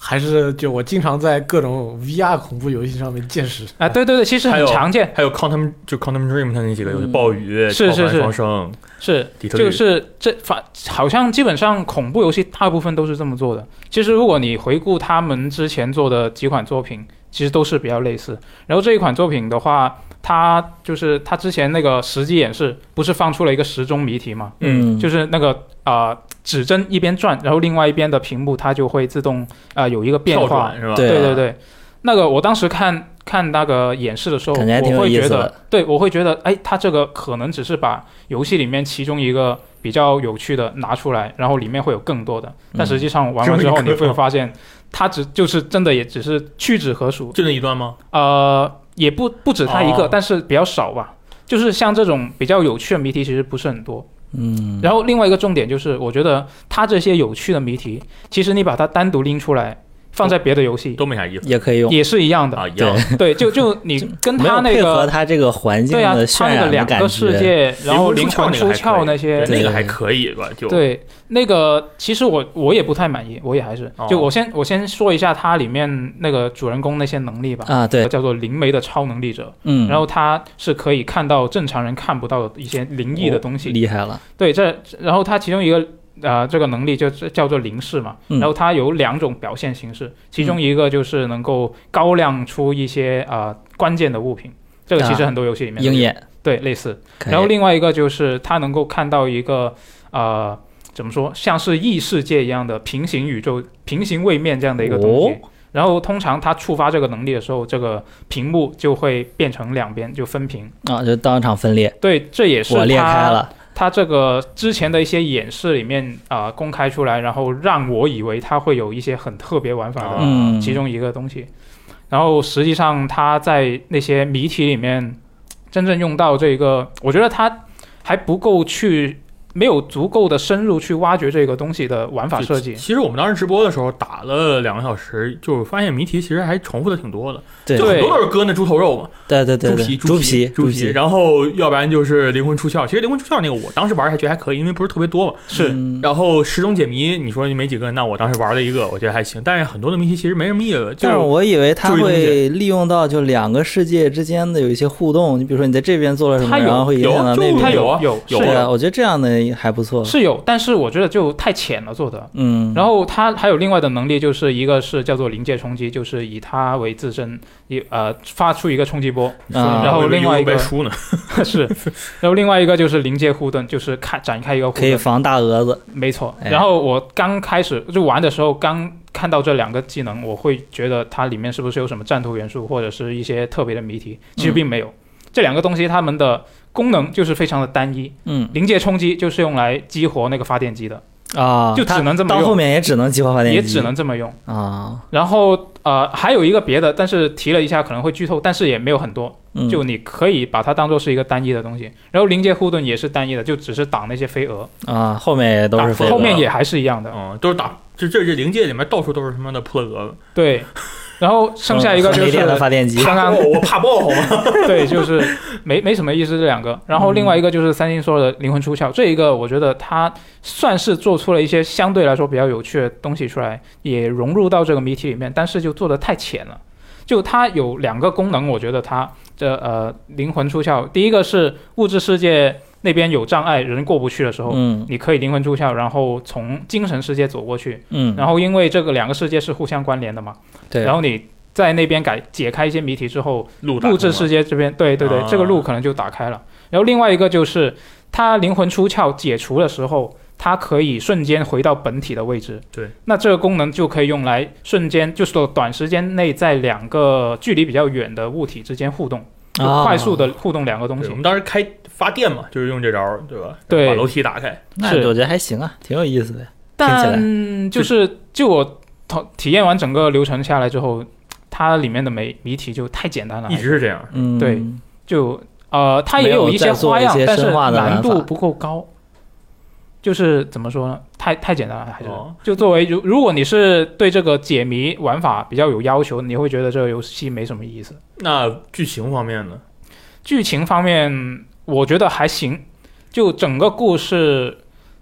Speaker 5: 还是就我经常在各种 VR 恐怖游戏上面见识。
Speaker 3: 啊，对对对，其实
Speaker 2: 还
Speaker 3: 很
Speaker 2: 有
Speaker 3: 常见。
Speaker 2: 还有 Contem 就 Contem Dream 他那几个游戏，
Speaker 4: 嗯
Speaker 2: 暴雨、
Speaker 3: 是是是
Speaker 2: 超凡双生，
Speaker 3: 是，
Speaker 2: 底特律
Speaker 3: 就是这反好像基本上恐怖游戏大部分都是这么做的。其实如果你回顾他们之前做的几款作品，其实都是比较类似。然后这一款作品的话，它就是它之前那个实际演示不是放出了一个时钟谜题嘛，
Speaker 4: 嗯
Speaker 3: 就是那个啊、呃指针一边转，然后另外一边的屏幕它就会自动啊、呃有一个变
Speaker 2: 跳
Speaker 3: 化。
Speaker 2: 转是吧？
Speaker 4: 对
Speaker 3: 对
Speaker 4: 啊
Speaker 3: 对对，那个我当时看看那个演示的时候，
Speaker 4: 感觉还挺有
Speaker 3: 我会
Speaker 4: 意
Speaker 3: 觉
Speaker 4: 思的
Speaker 3: 得，对我会觉得，哎，他这个可能只是把游戏里面其中一个比较有趣的拿出来，然后里面会有更多的，
Speaker 4: 嗯
Speaker 3: 但实际上玩完之后
Speaker 2: 就一
Speaker 3: 你
Speaker 2: 个
Speaker 3: 会发现，它只就是真的也只是屈指可数，
Speaker 2: 就那一段吗？
Speaker 3: 呃，也不不止它一个，
Speaker 2: 哦
Speaker 3: 但是比较少吧。就是像这种比较有趣的谜题，其实不是很多。
Speaker 4: 嗯
Speaker 3: 然后另外一个重点就是，我觉得它这些有趣的谜题，其实你把它单独拎出来，放在别的游戏
Speaker 2: 都没啥意思
Speaker 4: 也可以用，
Speaker 3: 也是一样的
Speaker 2: 啊，一样。
Speaker 3: 对，就就你跟
Speaker 4: 没有
Speaker 3: 他那
Speaker 4: 配合
Speaker 3: 个，
Speaker 4: 它这个环境
Speaker 3: 对啊，
Speaker 4: 的渲
Speaker 3: 他那
Speaker 4: 染
Speaker 3: 个
Speaker 4: 的
Speaker 3: 两
Speaker 4: 感
Speaker 3: 个世
Speaker 4: 觉。
Speaker 3: 界，然后灵魂出窍那些，
Speaker 2: 对
Speaker 4: 对
Speaker 2: 那个还可以吧？就
Speaker 3: 对那个，其实我我也不太满意，我也还是
Speaker 2: 哦，
Speaker 3: 就我先我先说一下它里面那个主人公那些能力吧。呃
Speaker 4: 啊，对，
Speaker 3: 叫做灵媒的超能力者，
Speaker 4: 嗯，
Speaker 3: 然后他是可以看到正常人看不到的一些灵异的东西。
Speaker 4: 厉害了，
Speaker 3: 对，这然后他其中一个呃这个能力就叫做灵视嘛，
Speaker 4: 嗯
Speaker 3: 然后它有两种表现形式，其中一个就是能够高亮出一些啊、呃关键的物品。这个其实
Speaker 4: 啊
Speaker 3: 很多游戏里面都有
Speaker 4: 鹰眼，
Speaker 3: 对类似。
Speaker 4: 可以
Speaker 3: 然后另外一个就是它能够看到一个呃怎么说，像是异世界一样的平行宇宙、平行位面这样的一个东西。
Speaker 4: 哦
Speaker 3: 然后通常它触发这个能力的时候，这个屏幕就会变成两边就分屏。
Speaker 4: 啊，就当场分裂，
Speaker 3: 对，这也是
Speaker 4: 我裂开
Speaker 3: 它
Speaker 4: 了，
Speaker 3: 它这个之前的一些演示里面啊、呃公开出来，然后让我以为它会有一些很特别玩法的
Speaker 4: 嗯，
Speaker 3: 其中一个东西，然后实际上它在那些谜题里面真正用到这个，我觉得它还不够去，没有足够的深入去挖掘这个东西的玩法设计。
Speaker 1: 其实我们当时直播的时候打了两个小时，就发现谜题其实还重复的挺多的，
Speaker 4: 对
Speaker 1: 就
Speaker 4: 对
Speaker 1: 很多都是割那猪头肉嘛，
Speaker 4: 对对对，
Speaker 1: 猪
Speaker 4: 猪
Speaker 1: 皮、
Speaker 4: 猪皮，
Speaker 1: 然后要不然就是灵魂出窍。其实灵魂出窍那个我当时玩还觉得还可以，因为不是特别多嘛。
Speaker 3: 是
Speaker 4: 嗯
Speaker 1: 然后十种解谜，你说没几个，那我当时玩了一个，我觉得还行。但是很多的谜题其实没什么意思，就
Speaker 4: 但是我以为它
Speaker 1: 注意东西
Speaker 4: 会利用到就两个世界之间的有一些互动，你比如说你在这边做了什么，
Speaker 3: 它有
Speaker 4: 然后会影响
Speaker 1: 有
Speaker 4: 到那
Speaker 1: 就
Speaker 3: 它
Speaker 4: 边。
Speaker 1: 有
Speaker 3: 有
Speaker 1: 啊
Speaker 3: 有
Speaker 1: 有
Speaker 4: 对
Speaker 3: 是
Speaker 4: 啊，我觉得这样的还不错。
Speaker 3: 是有，但是我觉得就太浅了做的。
Speaker 4: 嗯，
Speaker 3: 然后它还有另外的能力，就是一个是叫做临界冲击，就是以它为自身，以呃发出一个冲击波，
Speaker 4: 啊
Speaker 3: 然后另外一个
Speaker 1: 被输呢，
Speaker 3: 是，然后另外一个就是临界护盾，就是看展开一个护
Speaker 4: 可以
Speaker 3: 盾，
Speaker 4: 防大蛾子。
Speaker 3: 没错。
Speaker 4: 哎
Speaker 3: 然后我刚开始就玩的时候，刚看到这两个技能，我会觉得它里面是不是有什么战斗元素或者是一些特别的谜题？其实并
Speaker 4: 嗯
Speaker 3: 没有，这两个东西它们的功能就是非常的单一。
Speaker 4: 嗯
Speaker 3: 临界冲击就是用来激活那个发电机的，
Speaker 4: 啊，
Speaker 3: 就只能这么
Speaker 4: 它到后
Speaker 3: 用，
Speaker 4: 面也只能激活发电机，
Speaker 3: 也只能这么用。
Speaker 4: 啊，
Speaker 3: 然后呃，还有一个别的，但是提了一下可能会剧透，但是也没有很多，
Speaker 4: 嗯
Speaker 3: 就你可以把它当做是一个单一的东西。然后临界护盾也是单一的，就只是挡那些飞蛾，
Speaker 4: 啊，后面也都是飞
Speaker 1: 打
Speaker 4: 蛾
Speaker 3: 后面也还是一样的。
Speaker 1: 嗯，都是打，这这这灵界里面到处都是他妈的扑了蛾子，
Speaker 3: 对，然后剩下一个
Speaker 4: 嗯
Speaker 3: 就
Speaker 4: 没
Speaker 3: 是
Speaker 4: 电的发电机。
Speaker 3: 刚刚
Speaker 1: 我我怕爆好吗？
Speaker 3: 对， 就是没没什么意思这两
Speaker 4: 嗯
Speaker 3: 个。然后另外一个就是三星说的灵魂出窍，这一个我觉得它算是做出了一些相对来说比较有趣的东西出来，也融入到这个谜题里面，但是就做的太浅了。就它有两个功能，我觉得它这呃灵魂出窍，第一个是物质世界那边有障碍，人过不去的时候。
Speaker 4: 嗯
Speaker 3: 你可以灵魂出窍，然后从精神世界走过去，
Speaker 4: 嗯，
Speaker 3: 然后因为这个两个世界是互相关联的嘛，
Speaker 4: 对，
Speaker 3: 然后你在那边改解开一些谜题之后，
Speaker 1: 录
Speaker 3: 录制世界这边，对对对，
Speaker 1: 啊
Speaker 3: 这个路可能就打开了。然后另外一个就是，他灵魂出窍解除的时候，它可以瞬间回到本体的位置。
Speaker 1: 对，
Speaker 3: 那这个功能就可以用来瞬间，就是说短时间内在两个距离比较远的物体之间互动，就
Speaker 4: 啊
Speaker 3: 快速的互动两个东
Speaker 1: 对，我
Speaker 3: 西
Speaker 1: 们。当时开发电嘛，就是用这招儿，对吧？
Speaker 3: 对
Speaker 1: 把楼梯打开，
Speaker 4: 那
Speaker 3: 是
Speaker 4: 我觉得还行啊，挺有意思的。听起来
Speaker 3: 但就是就我体体验完整个流程下来之后，它里面的谜谜题就太简单了，
Speaker 1: 一直是这样。
Speaker 4: 嗯，
Speaker 3: 对，就呃，它
Speaker 4: 没
Speaker 3: 也
Speaker 4: 有
Speaker 3: 一些
Speaker 4: 再做
Speaker 3: 花
Speaker 4: 一
Speaker 3: 样
Speaker 4: 些，
Speaker 3: 但是
Speaker 4: 深化的玩
Speaker 3: 难度
Speaker 4: 法
Speaker 3: 不够高。就是怎么说呢？太太简单了，还是、
Speaker 1: 哦
Speaker 3: 就作为如如果你是对这个解谜玩法比较有要求，你会觉得这个游戏没什么意思。
Speaker 1: 那剧情方面呢？
Speaker 3: 剧情方面，我觉得还行。就整个故事，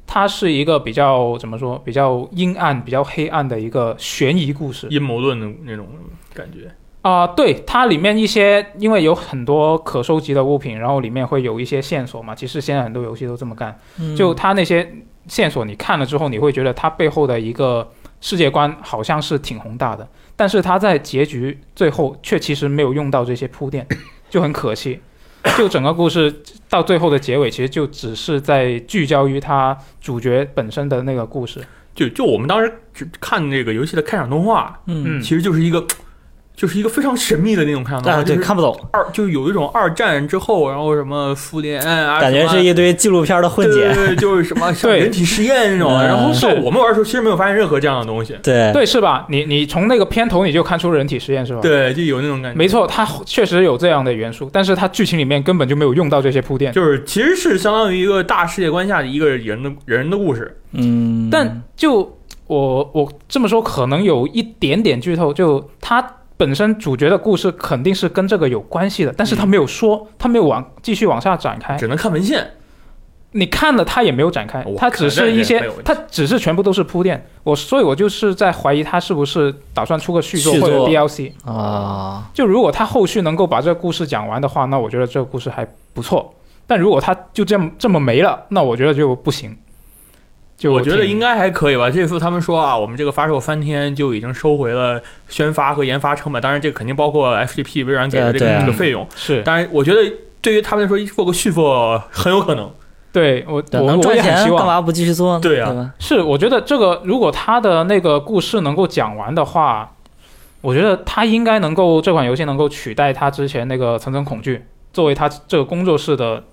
Speaker 3: 它是一个比较怎么说，比较阴暗、比较黑暗的一个悬疑故事。
Speaker 1: 阴谋论的那种感觉，
Speaker 3: 啊、对，它里面一些因为有很多可收集的物品，然后里面会有一些线索嘛。其实现在很多游戏都这么干，
Speaker 4: 嗯
Speaker 3: 就它那些线索，你看了之后，你会觉得它背后的一个世界观好像是挺宏大的，但是它在结局最后却其实没有用到这些铺垫，就很可惜。就整个故事到最后的结尾，其实就只是在聚焦于它主角本身的那个故事。
Speaker 1: 就就我们当时只看这个游戏的开场动画，
Speaker 4: 嗯
Speaker 3: 嗯
Speaker 1: 其实就是一个，就是一个非常神秘的那种开场动画，
Speaker 4: 啊，对，
Speaker 1: 就是
Speaker 4: 看不懂，
Speaker 1: 二就是有一种二战之后，然后什么复联啊，
Speaker 4: 感觉
Speaker 1: 什么
Speaker 4: 是一堆纪录片的混
Speaker 1: 对
Speaker 4: 剪。
Speaker 1: 对对就是什 么
Speaker 3: 对
Speaker 1: 人体实验那种。
Speaker 4: 嗯
Speaker 1: 然后
Speaker 3: 是
Speaker 1: 是我们玩的时候，其实没有发现任何这样的东西，
Speaker 4: 对，
Speaker 3: 对，是吧？你你从那个片头你就看出人体实验是吧？
Speaker 1: 对，就有那种感觉。
Speaker 3: 没错，它确实有这样的元素，但是它剧情里面根本就没有用到这些铺垫。
Speaker 1: 就是其实是相当于一个大世界观下的一个人的人的故事，
Speaker 4: 嗯，
Speaker 3: 但就我我这么说，可能有一点点剧透，就它本身主角的故事肯定是跟这个有关系的，但是他没有
Speaker 1: 嗯
Speaker 3: 说，他没有往继续往下展开。
Speaker 1: 只能看文献。
Speaker 3: 你看了他也没有展开
Speaker 1: 我，
Speaker 3: 他
Speaker 1: 看
Speaker 3: 只
Speaker 1: 了
Speaker 3: 是一
Speaker 1: 没
Speaker 3: 些
Speaker 1: 有问题，
Speaker 3: 他只是全部都是铺垫。我所以，我就是在怀疑他是不是打算出个续作
Speaker 4: 续
Speaker 3: 或者
Speaker 4: 作
Speaker 3: DLC。
Speaker 4: 啊，
Speaker 3: 就如果他后续能够把这个故事讲完的话，那我觉得这个故事还不错。但如果他就这么这么没了，那我觉得就不行。就
Speaker 1: 我觉得
Speaker 3: 挺
Speaker 1: 应该还可以吧。这次他们说啊，我们这个发售三天就已经收回了宣发和研发成本，当然这个肯定包括 FGP 微软给的这
Speaker 4: 对
Speaker 1: 个
Speaker 4: 啊
Speaker 1: 这个费用。
Speaker 3: 是
Speaker 1: 当然，我觉得对于他们来说，做个续作很有可能。
Speaker 3: 对我
Speaker 4: 对，
Speaker 3: 我
Speaker 4: 能
Speaker 3: 我
Speaker 4: 赚
Speaker 3: 也很
Speaker 4: 钱
Speaker 3: 希
Speaker 4: 干
Speaker 3: 望
Speaker 4: 嘛不继续做呢？
Speaker 1: 对
Speaker 4: 对
Speaker 1: 啊
Speaker 4: 吧？
Speaker 3: 是，我觉得这个如果他的那个故事能够讲完的话，我觉得他应该能够这款游戏能够取代他之前那个《层层恐惧》作为他这个工作室的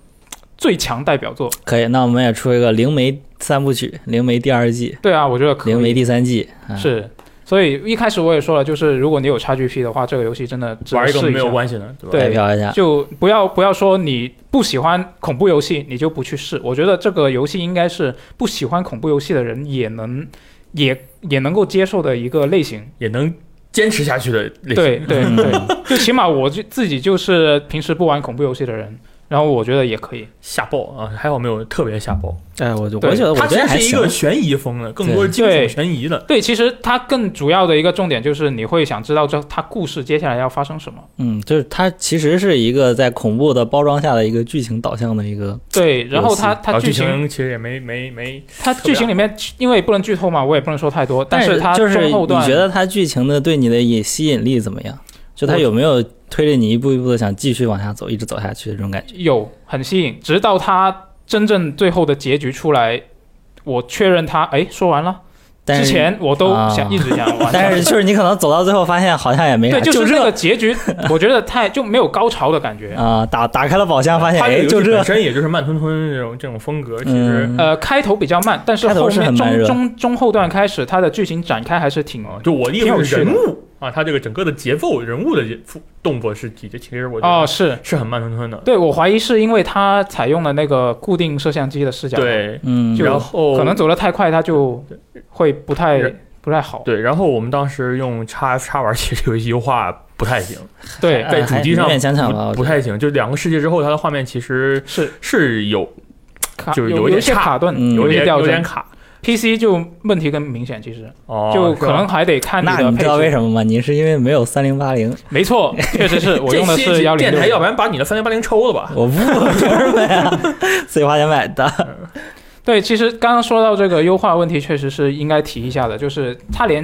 Speaker 3: 最强代表作。
Speaker 4: 可以，那我们也出一个《灵媒》三部曲，《灵媒》第二季，
Speaker 3: 对啊，我觉得可
Speaker 4: 《灵媒》
Speaker 3: 以
Speaker 4: 第三季，啊、
Speaker 3: 是。所以一开始我也说了，就是如果你有 XGP 的话，这个游戏真的值得
Speaker 1: 玩一
Speaker 3: 试
Speaker 1: 个没有
Speaker 3: 下。
Speaker 1: 关系的，对吧？
Speaker 4: 代
Speaker 3: 对，
Speaker 4: 表一下。
Speaker 3: 就不要不要说你不喜欢恐怖游戏，你就不去试。我觉得这个游戏应该是不喜欢恐怖游戏的人也能也也能够接受的一个类型。
Speaker 1: 也能坚持下去的类型。
Speaker 3: 对对
Speaker 4: 嗯
Speaker 3: 对，就起码我就自己就是平时不玩恐怖游戏的人，然后我觉得也可以。
Speaker 1: 吓爆啊！还好没有特别吓爆。
Speaker 4: 哎，我就
Speaker 3: 对
Speaker 4: 我觉得，我
Speaker 1: 它
Speaker 4: 觉
Speaker 1: 其
Speaker 4: 得
Speaker 1: 实
Speaker 4: 还
Speaker 1: 是一
Speaker 4: 行
Speaker 1: 个。悬疑风的，更多是惊悚
Speaker 3: 对
Speaker 1: 悬疑的。
Speaker 3: 对，其实它更主要的一个重点就是你会想知道这它故事接下来要发生什么。
Speaker 4: 嗯，就是它其实是一个在恐怖的包装下的一个剧情导向的一个，
Speaker 3: 对，然后它
Speaker 4: 游
Speaker 1: 然
Speaker 3: 它
Speaker 1: 后哦
Speaker 3: 剧
Speaker 1: 剧
Speaker 3: 情
Speaker 1: 情其实也没没没
Speaker 3: 它
Speaker 1: 特别
Speaker 3: 剧情里面因为不能剧透嘛，我也不能说太多，但是它
Speaker 4: 就是
Speaker 3: 中
Speaker 4: 你
Speaker 3: 后段
Speaker 4: 觉得它剧情的对你的引吸引力怎么样？就它有没有推着你一步一步的想继续往下走，一直走下去的这种感觉？
Speaker 3: 有很吸引，直到它真正最后的结局出来，我确认它哎说完了，
Speaker 4: 但
Speaker 3: 之
Speaker 4: 是
Speaker 3: 前我都
Speaker 4: 啊
Speaker 3: 想一直想玩下去，
Speaker 4: 但是就是你可能走到最后发现好像也没啥，
Speaker 3: 对，就是
Speaker 4: 这
Speaker 3: 那个结 局，我觉得太就没有高潮的感觉。
Speaker 4: 啊、打打开了宝箱发现
Speaker 1: 它
Speaker 4: 哎
Speaker 1: 这个
Speaker 4: 就
Speaker 1: 游戏
Speaker 4: 这
Speaker 1: 本，身也就是慢吞吞这种这种风格，其实
Speaker 4: 嗯，
Speaker 3: 呃，开头比较慢，但是
Speaker 4: 开头
Speaker 3: 后
Speaker 4: 是
Speaker 3: 面
Speaker 4: 很慢
Speaker 3: 中
Speaker 4: 热哦
Speaker 3: 中中后段开始，它的剧情展开还是挺
Speaker 1: 啊，就我的意
Speaker 3: 挺有
Speaker 1: 思
Speaker 3: 趣
Speaker 1: 是
Speaker 3: 的
Speaker 1: 人物啊，它这个整个的节奏、人物的节动作是其其实我觉
Speaker 3: 哦，
Speaker 1: 得
Speaker 3: 是
Speaker 1: 是很慢吞吞的。
Speaker 3: 对我怀疑是因为它采用了那个固定摄像机的视角，，
Speaker 1: 对，
Speaker 4: 嗯，
Speaker 3: 就
Speaker 1: 然后
Speaker 3: 可能走得太快，它就会不太
Speaker 1: 对
Speaker 3: 不太好。
Speaker 1: 对，然后我们当时用 x F 叉玩其实游戏优化不太行，
Speaker 3: 对，
Speaker 1: 在主机上
Speaker 4: 还勉
Speaker 3: 啊
Speaker 4: 勉强强吧
Speaker 1: 不
Speaker 4: 我觉得
Speaker 1: 不太行，就两个世界之后，它的画面其实
Speaker 3: 是
Speaker 1: 是有
Speaker 3: 卡
Speaker 1: 就是有
Speaker 3: 有
Speaker 1: 一点
Speaker 3: 一些
Speaker 1: 差
Speaker 3: 卡顿，
Speaker 4: 嗯
Speaker 1: 有
Speaker 3: 一些
Speaker 1: 点
Speaker 3: 掉
Speaker 1: 有点
Speaker 3: 帧。
Speaker 1: 卡，
Speaker 3: PC 就问题更明显，其实
Speaker 1: 哦，
Speaker 3: 就是
Speaker 1: 吧
Speaker 3: 可能还得看
Speaker 4: 那
Speaker 3: 的
Speaker 4: 你
Speaker 3: 配
Speaker 4: 知道为
Speaker 3: 置。
Speaker 4: 什么吗？你是因为没有三零八零，
Speaker 3: 没 错，确实是我用的
Speaker 1: 这
Speaker 3: 是
Speaker 1: 些
Speaker 3: 幺零
Speaker 1: 电台，要
Speaker 3: 六。
Speaker 1: 不然把你的三零八零抽了吧。
Speaker 4: 我不凭什么呀？自己花钱买的。
Speaker 3: 对，其实刚刚说到这个优化问题，确实是应该提一下的，就是它连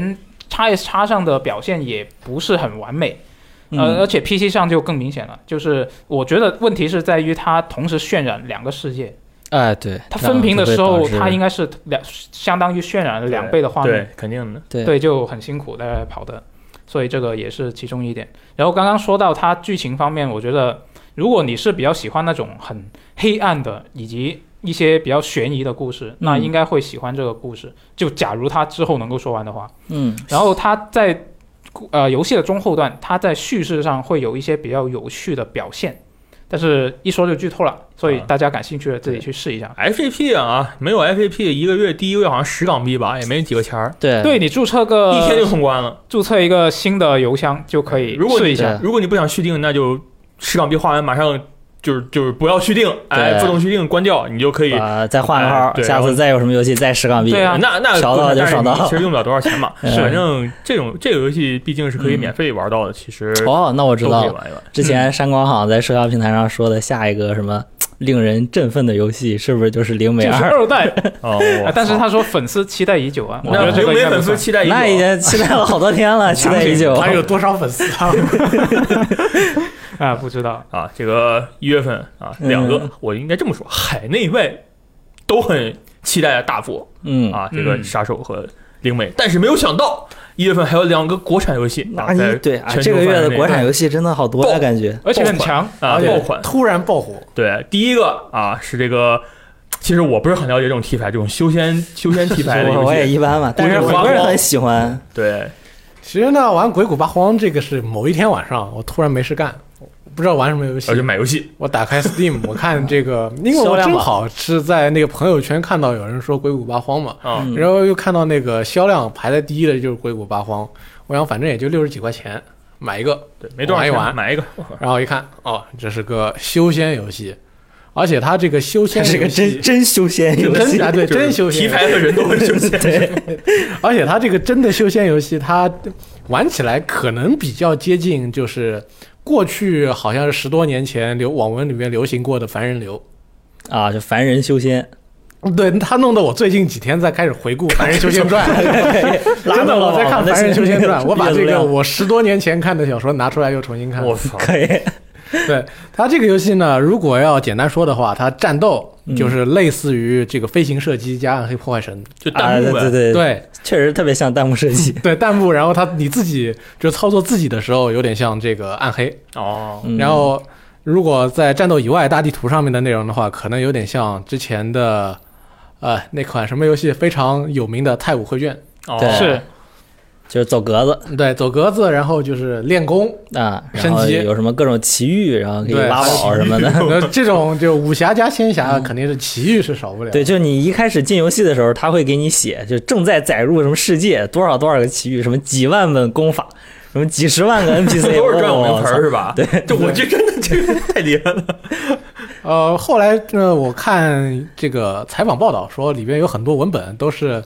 Speaker 3: x S 叉上的表现也不是很完美，呃，而
Speaker 4: 嗯，
Speaker 3: 且 PC 上就更明显了。就是我觉得问题是在于它同时渲染两个世界，
Speaker 4: 哎，对，
Speaker 1: 啊
Speaker 3: 它分屏的时
Speaker 4: 然
Speaker 3: 候，
Speaker 4: 后就会导致
Speaker 3: 它应该是两相当于渲染了两倍的画面。
Speaker 1: 对，肯定的。
Speaker 4: 对
Speaker 3: 对，就很辛苦在跑的，所以这个也是其中一点。然后刚刚说到它剧情方面，我觉得如果你是比较喜欢那种很黑暗的以及一些比较悬疑的故事，那
Speaker 4: 嗯
Speaker 3: 应该会喜欢这个故事。就假如它之后能够说完的话，
Speaker 4: 嗯，
Speaker 3: 然后它在呃游戏的中后段，它在叙事上会有一些比较有趣的表现。但是，一说就剧透了，所以
Speaker 1: 啊
Speaker 3: 大家感兴趣的自己去试一下。
Speaker 1: FAP 啊，没有 FAP，一个月第一个月好像十港币吧，也没几个钱儿，
Speaker 4: 对
Speaker 3: 对你注册个
Speaker 1: 一天就通关了。
Speaker 3: 注册一个新的邮箱就可以
Speaker 1: 如果
Speaker 3: 试
Speaker 1: 你
Speaker 3: 一
Speaker 4: 嗯
Speaker 3: 下。
Speaker 1: 如果你不想续订，那就十港币花完马上就是就是不要续订，哎，
Speaker 4: 对
Speaker 1: 自动续订关掉，你就可以。
Speaker 4: 啊，再换个
Speaker 1: 哎
Speaker 4: 号，
Speaker 1: 对
Speaker 4: 下次再有什么游戏再十港币。
Speaker 3: 对啊
Speaker 1: 那那
Speaker 4: 少到就
Speaker 1: 但是
Speaker 4: 少到
Speaker 1: 你其实用不了多少钱嘛。
Speaker 4: 嗯
Speaker 1: 反正这种这个游戏毕竟是可以免费玩到的，其实
Speaker 4: 哦，那我知
Speaker 1: 都
Speaker 4: 道
Speaker 1: 可以
Speaker 4: 了。
Speaker 1: 玩一玩。
Speaker 4: 之前山光好像在社交平台上说的下一个什么令人振奋的游戏，是不是就是《灵媒
Speaker 3: 就是
Speaker 4: 二》？
Speaker 3: 二 代，
Speaker 1: 哦，
Speaker 3: 啊
Speaker 1: 我
Speaker 3: 但是他说粉丝期待已久啊，我觉
Speaker 1: 那
Speaker 3: 得这
Speaker 1: 灵
Speaker 3: 个应
Speaker 1: 媒
Speaker 3: 该
Speaker 1: 粉
Speaker 3: 不
Speaker 1: 丝
Speaker 3: 算。
Speaker 1: 期待已久啊
Speaker 4: 那已经期待了好多天了，期待已久。
Speaker 5: 他有多少粉丝啊？
Speaker 3: 啊，不知道，
Speaker 1: 啊，这个一月份啊，
Speaker 4: 嗯
Speaker 1: 两个我应该这么说，海内外都很期待大作
Speaker 4: 嗯，
Speaker 1: 啊，这个
Speaker 3: 嗯
Speaker 1: 杀手和灵媒，但是没有想到一月份还有两个国产游戏
Speaker 4: 那
Speaker 1: 啊，
Speaker 4: 你
Speaker 1: 在
Speaker 4: 对啊，
Speaker 1: 全球
Speaker 4: 这个月
Speaker 1: 范围
Speaker 4: 的
Speaker 1: 内
Speaker 4: 国产游戏真的好多呀，
Speaker 1: 爆
Speaker 4: 感觉。
Speaker 3: 而且很强，
Speaker 1: 啊
Speaker 5: 而且
Speaker 1: 爆款，
Speaker 5: 突然爆火，
Speaker 1: 对，第一个啊是这个，其实我不是很了解这种题材，这种修仙修仙题 材的
Speaker 4: 我
Speaker 1: 游
Speaker 4: 我也
Speaker 1: 戏，
Speaker 4: 一般吧，但是很多人很喜欢。
Speaker 1: 对，
Speaker 5: 其实呢，玩《鬼谷八荒》这个是某一天晚上，我突然没事干，我不知道玩什么游戏
Speaker 1: 我，就买游戏，
Speaker 5: 我打开 Steam，我看这个，因为
Speaker 4: 销
Speaker 5: 我
Speaker 4: 量
Speaker 5: 正
Speaker 4: 榜
Speaker 5: 好是在那个朋友圈看到有人说《鬼谷八荒》嘛，
Speaker 1: 啊
Speaker 4: 嗯
Speaker 5: 然后又看到那个销量排在第一的就是《鬼谷八荒》，我想反正也就六十几块钱买一个，
Speaker 1: 对，没多少
Speaker 5: 玩一
Speaker 1: 钱，
Speaker 5: 玩
Speaker 1: 买一个，
Speaker 5: 然后一看，哦，这是个修仙游戏，而且它这个修仙
Speaker 4: 这是个
Speaker 5: 游戏
Speaker 4: 真真修仙游
Speaker 5: 真
Speaker 4: 戏
Speaker 5: 啊，，对，
Speaker 1: 就是
Speaker 5: 真修
Speaker 1: 题
Speaker 5: 仙，
Speaker 1: 材和人都会修 仙，
Speaker 5: 而且它这个真的修仙游戏，它玩起来可能比较接近，就是过去好像是十多年前流网文里面流行过的《凡人流》。
Speaker 4: 啊，就凡人修仙。
Speaker 5: 对他弄得我最近几天在开始回顾《 凡人修仙传》，真
Speaker 4: 拉
Speaker 5: 的
Speaker 4: 到
Speaker 5: 我
Speaker 4: 了
Speaker 5: 在看
Speaker 4: 我
Speaker 5: 《
Speaker 4: 的
Speaker 5: 凡人修仙传》，我把
Speaker 4: 阅读
Speaker 5: 这个
Speaker 4: 量
Speaker 5: 我十多年前看的小说拿出来又重新看。
Speaker 1: 我操，
Speaker 4: 可以，
Speaker 5: 对它这个游戏呢，如果要简单说的话，它战斗
Speaker 4: 嗯
Speaker 5: 就是类似于这个飞行射击加暗黑破坏神，
Speaker 1: 就
Speaker 4: 啊，
Speaker 1: 弹幕
Speaker 4: 对
Speaker 1: 呗，
Speaker 4: 对，
Speaker 5: 对
Speaker 4: 确实特别像弹幕设 计。
Speaker 5: 对弹幕，然后它你自己就操作自己的时候有点像这个暗黑，
Speaker 1: 哦，
Speaker 4: 嗯
Speaker 5: 然后如果在战斗以外大地图上面的内容的话，可能有点像之前的呃那款什么游戏非常有名的《太武绘卷
Speaker 1: 哦
Speaker 4: 对
Speaker 3: 是
Speaker 4: 就是走格子》，
Speaker 5: 对，走格子，然后就是 练功，
Speaker 4: 啊，然
Speaker 5: 升
Speaker 4: 后
Speaker 5: 级
Speaker 4: 有什么各种奇遇，然后可以
Speaker 5: 对
Speaker 4: 拉宝什么的。
Speaker 5: 那这种就武侠加仙侠肯定是奇遇是少不 了。
Speaker 4: 对，就你一开始进游戏的时候，他会给你写，就正在载入什么世界多少多少个奇遇，什么几万本功法，什么几十万个 NPC，
Speaker 1: 都是转我名
Speaker 4: 哇
Speaker 1: 词儿是吧？对，这我这真的这个太厉 害了。
Speaker 5: 呃，后来呢，我看这个采访报道说，里边有很多文本都是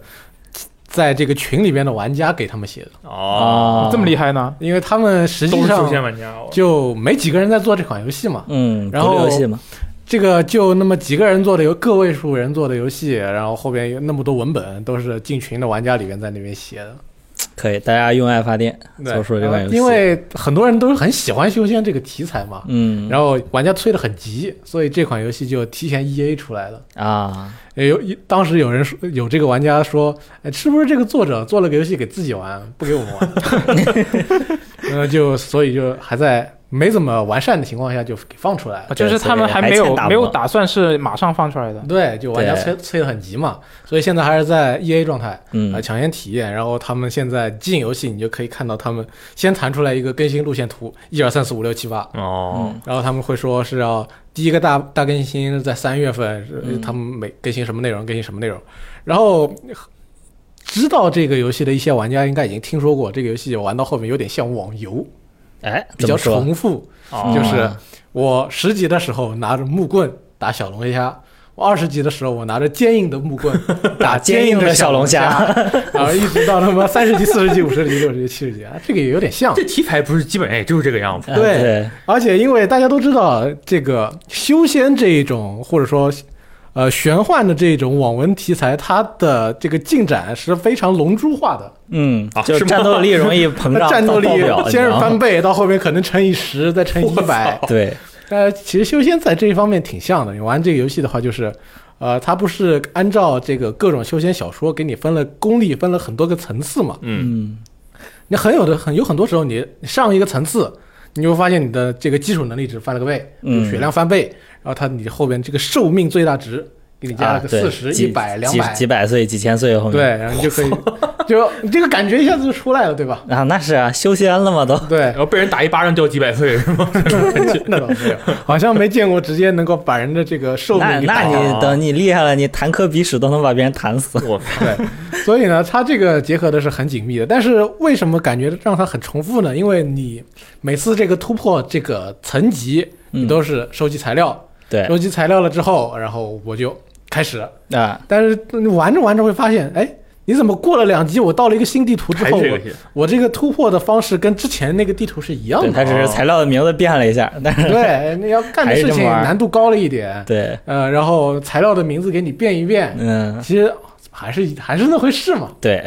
Speaker 5: 在这个群里边的玩家给他们写的，
Speaker 1: 哦，
Speaker 4: 啊，
Speaker 3: 这么厉害呢？
Speaker 5: 因为他们实
Speaker 1: 都
Speaker 5: 际
Speaker 1: 是修仙
Speaker 5: 上
Speaker 1: 玩家，我哦
Speaker 5: 就没几个人在做这款游戏嘛。
Speaker 4: 嗯，
Speaker 5: 然
Speaker 4: 独立
Speaker 5: 后
Speaker 4: 游戏嘛，
Speaker 5: 这个就那么几个人做的游，个位数人做的游戏，然后后边有那么多文本都是进群的玩家里边在那边写的。呃
Speaker 4: 可以，大家用爱发电做出了这款游戏，
Speaker 5: 因为很多人都是很喜欢修仙这个题材嘛，
Speaker 4: 嗯，
Speaker 5: 然后玩家催得很急，所以这款游戏就提前 E A 出来了。
Speaker 4: 啊，
Speaker 5: 也哎有一当时有人说，有这个玩家说，哎，是不是这个作者做了个游戏给自己玩，不给我们玩？ 呃，就所以就还在没怎么完善的情况下就给放出来了。
Speaker 4: 对
Speaker 3: 就是他们
Speaker 4: 所以还
Speaker 3: 没有
Speaker 4: 欠打磨
Speaker 3: 没有打算是马上放出来的。
Speaker 5: 对，就玩家
Speaker 4: 嗯对
Speaker 5: 催催得很急嘛，所以现在还是在 E A 状态，啊、
Speaker 4: 嗯，
Speaker 5: 抢先体验。然后他们现在进游戏，你就可以看到他们先弹出来一个更新路线图，一二三四五六七八，
Speaker 1: 哦，
Speaker 4: 嗯
Speaker 5: 然后他们会说是要第一个大大更新是在三月份，是
Speaker 4: 嗯
Speaker 5: 他们每更新什么内容，更新什么内容。然后知道这个游戏的一些玩家应该已经听说过，这个游戏玩到后面有点像网游，
Speaker 4: 哎，
Speaker 5: 比
Speaker 4: 怎
Speaker 5: 较
Speaker 4: 么说？
Speaker 5: 重复。
Speaker 1: 哦
Speaker 5: 就是我十级的时候拿着木棍打小龙虾。我二十级的时候，我拿着坚硬的木 棍打坚硬小虾，然后一直到他妈三十级、四十级、五十级、六十级、七十级啊，这个也有点像
Speaker 1: 这。题材不是基本上也哎就是这个样子。
Speaker 4: 啊
Speaker 5: 对
Speaker 4: 对，
Speaker 5: 而且因为大家都知道，这个修仙这一种，或者说，呃，玄幻的这种网文题材，它的这个进展是非常龙珠化的，
Speaker 4: 嗯
Speaker 1: 啊，
Speaker 4: 就是
Speaker 1: 吗
Speaker 4: 战斗力容易膨胀，
Speaker 5: 战斗力
Speaker 4: 爆表你知
Speaker 5: 先是
Speaker 4: 道吗
Speaker 5: 翻倍，到后面可能乘以十，再乘以一百。
Speaker 4: 对，啊
Speaker 5: 呃，其实修仙在这一方面挺像的。你玩这个游戏的话，就是，呃，它不是按照这个各种修仙小说给你分了功力，分了很多个层次嘛？
Speaker 1: 嗯，
Speaker 4: 嗯，
Speaker 5: 你很有的很有很多时候，你上一个层次，你就会发现你的这个基础能力值翻了个倍，
Speaker 4: 嗯
Speaker 5: 比如血量翻倍，然后它你后边这个寿命最大值给你加
Speaker 4: 啊，
Speaker 5: 了个
Speaker 4: 对
Speaker 5: 四十、
Speaker 4: 几
Speaker 5: 一百、两
Speaker 4: 几
Speaker 5: 百，
Speaker 4: 几百岁、几千岁后面，
Speaker 5: 对，然后你就可以， 就你这个感觉一下子就出来了，对吧？
Speaker 4: 啊，那是啊，修仙了嘛都，
Speaker 5: 对
Speaker 1: 然，后被人打一巴掌掉几百岁是 吗？
Speaker 5: 那倒没有，好像没见过直接能够把人的这个寿命
Speaker 4: 那
Speaker 5: 给
Speaker 4: 那
Speaker 5: 打
Speaker 4: 你
Speaker 1: 啊
Speaker 4: 等你厉害了，你弹颗鼻屎都能把别人弹死。
Speaker 1: 我
Speaker 5: 所以呢，它这个结合的是很紧密的。但是为什么感觉让它很重复呢？因为你每次这个突破这个层级，你
Speaker 4: 嗯
Speaker 5: 都是收集材料，
Speaker 4: 对
Speaker 5: 收集材料了之后，然后我就开始。
Speaker 4: 啊，
Speaker 5: 但是你玩着玩着会发现，哎，你怎么过了两级，我到了一个新地图之
Speaker 1: 还
Speaker 5: 后，
Speaker 1: 是这
Speaker 5: 我
Speaker 1: 个戏，
Speaker 5: 我这个突破的方式跟之前那个地图是一样
Speaker 4: 对，
Speaker 5: 的。
Speaker 4: 它只是材料的名字变了一下，但 是
Speaker 5: 对，哎你要干的
Speaker 4: 还是
Speaker 5: 事
Speaker 4: 这么
Speaker 5: 情
Speaker 4: 玩
Speaker 5: 难度高了一点，
Speaker 4: 对，
Speaker 5: 呃，然后材料的名字给你变一变，
Speaker 4: 嗯，
Speaker 5: 其实还是还是那回事嘛。
Speaker 4: 对，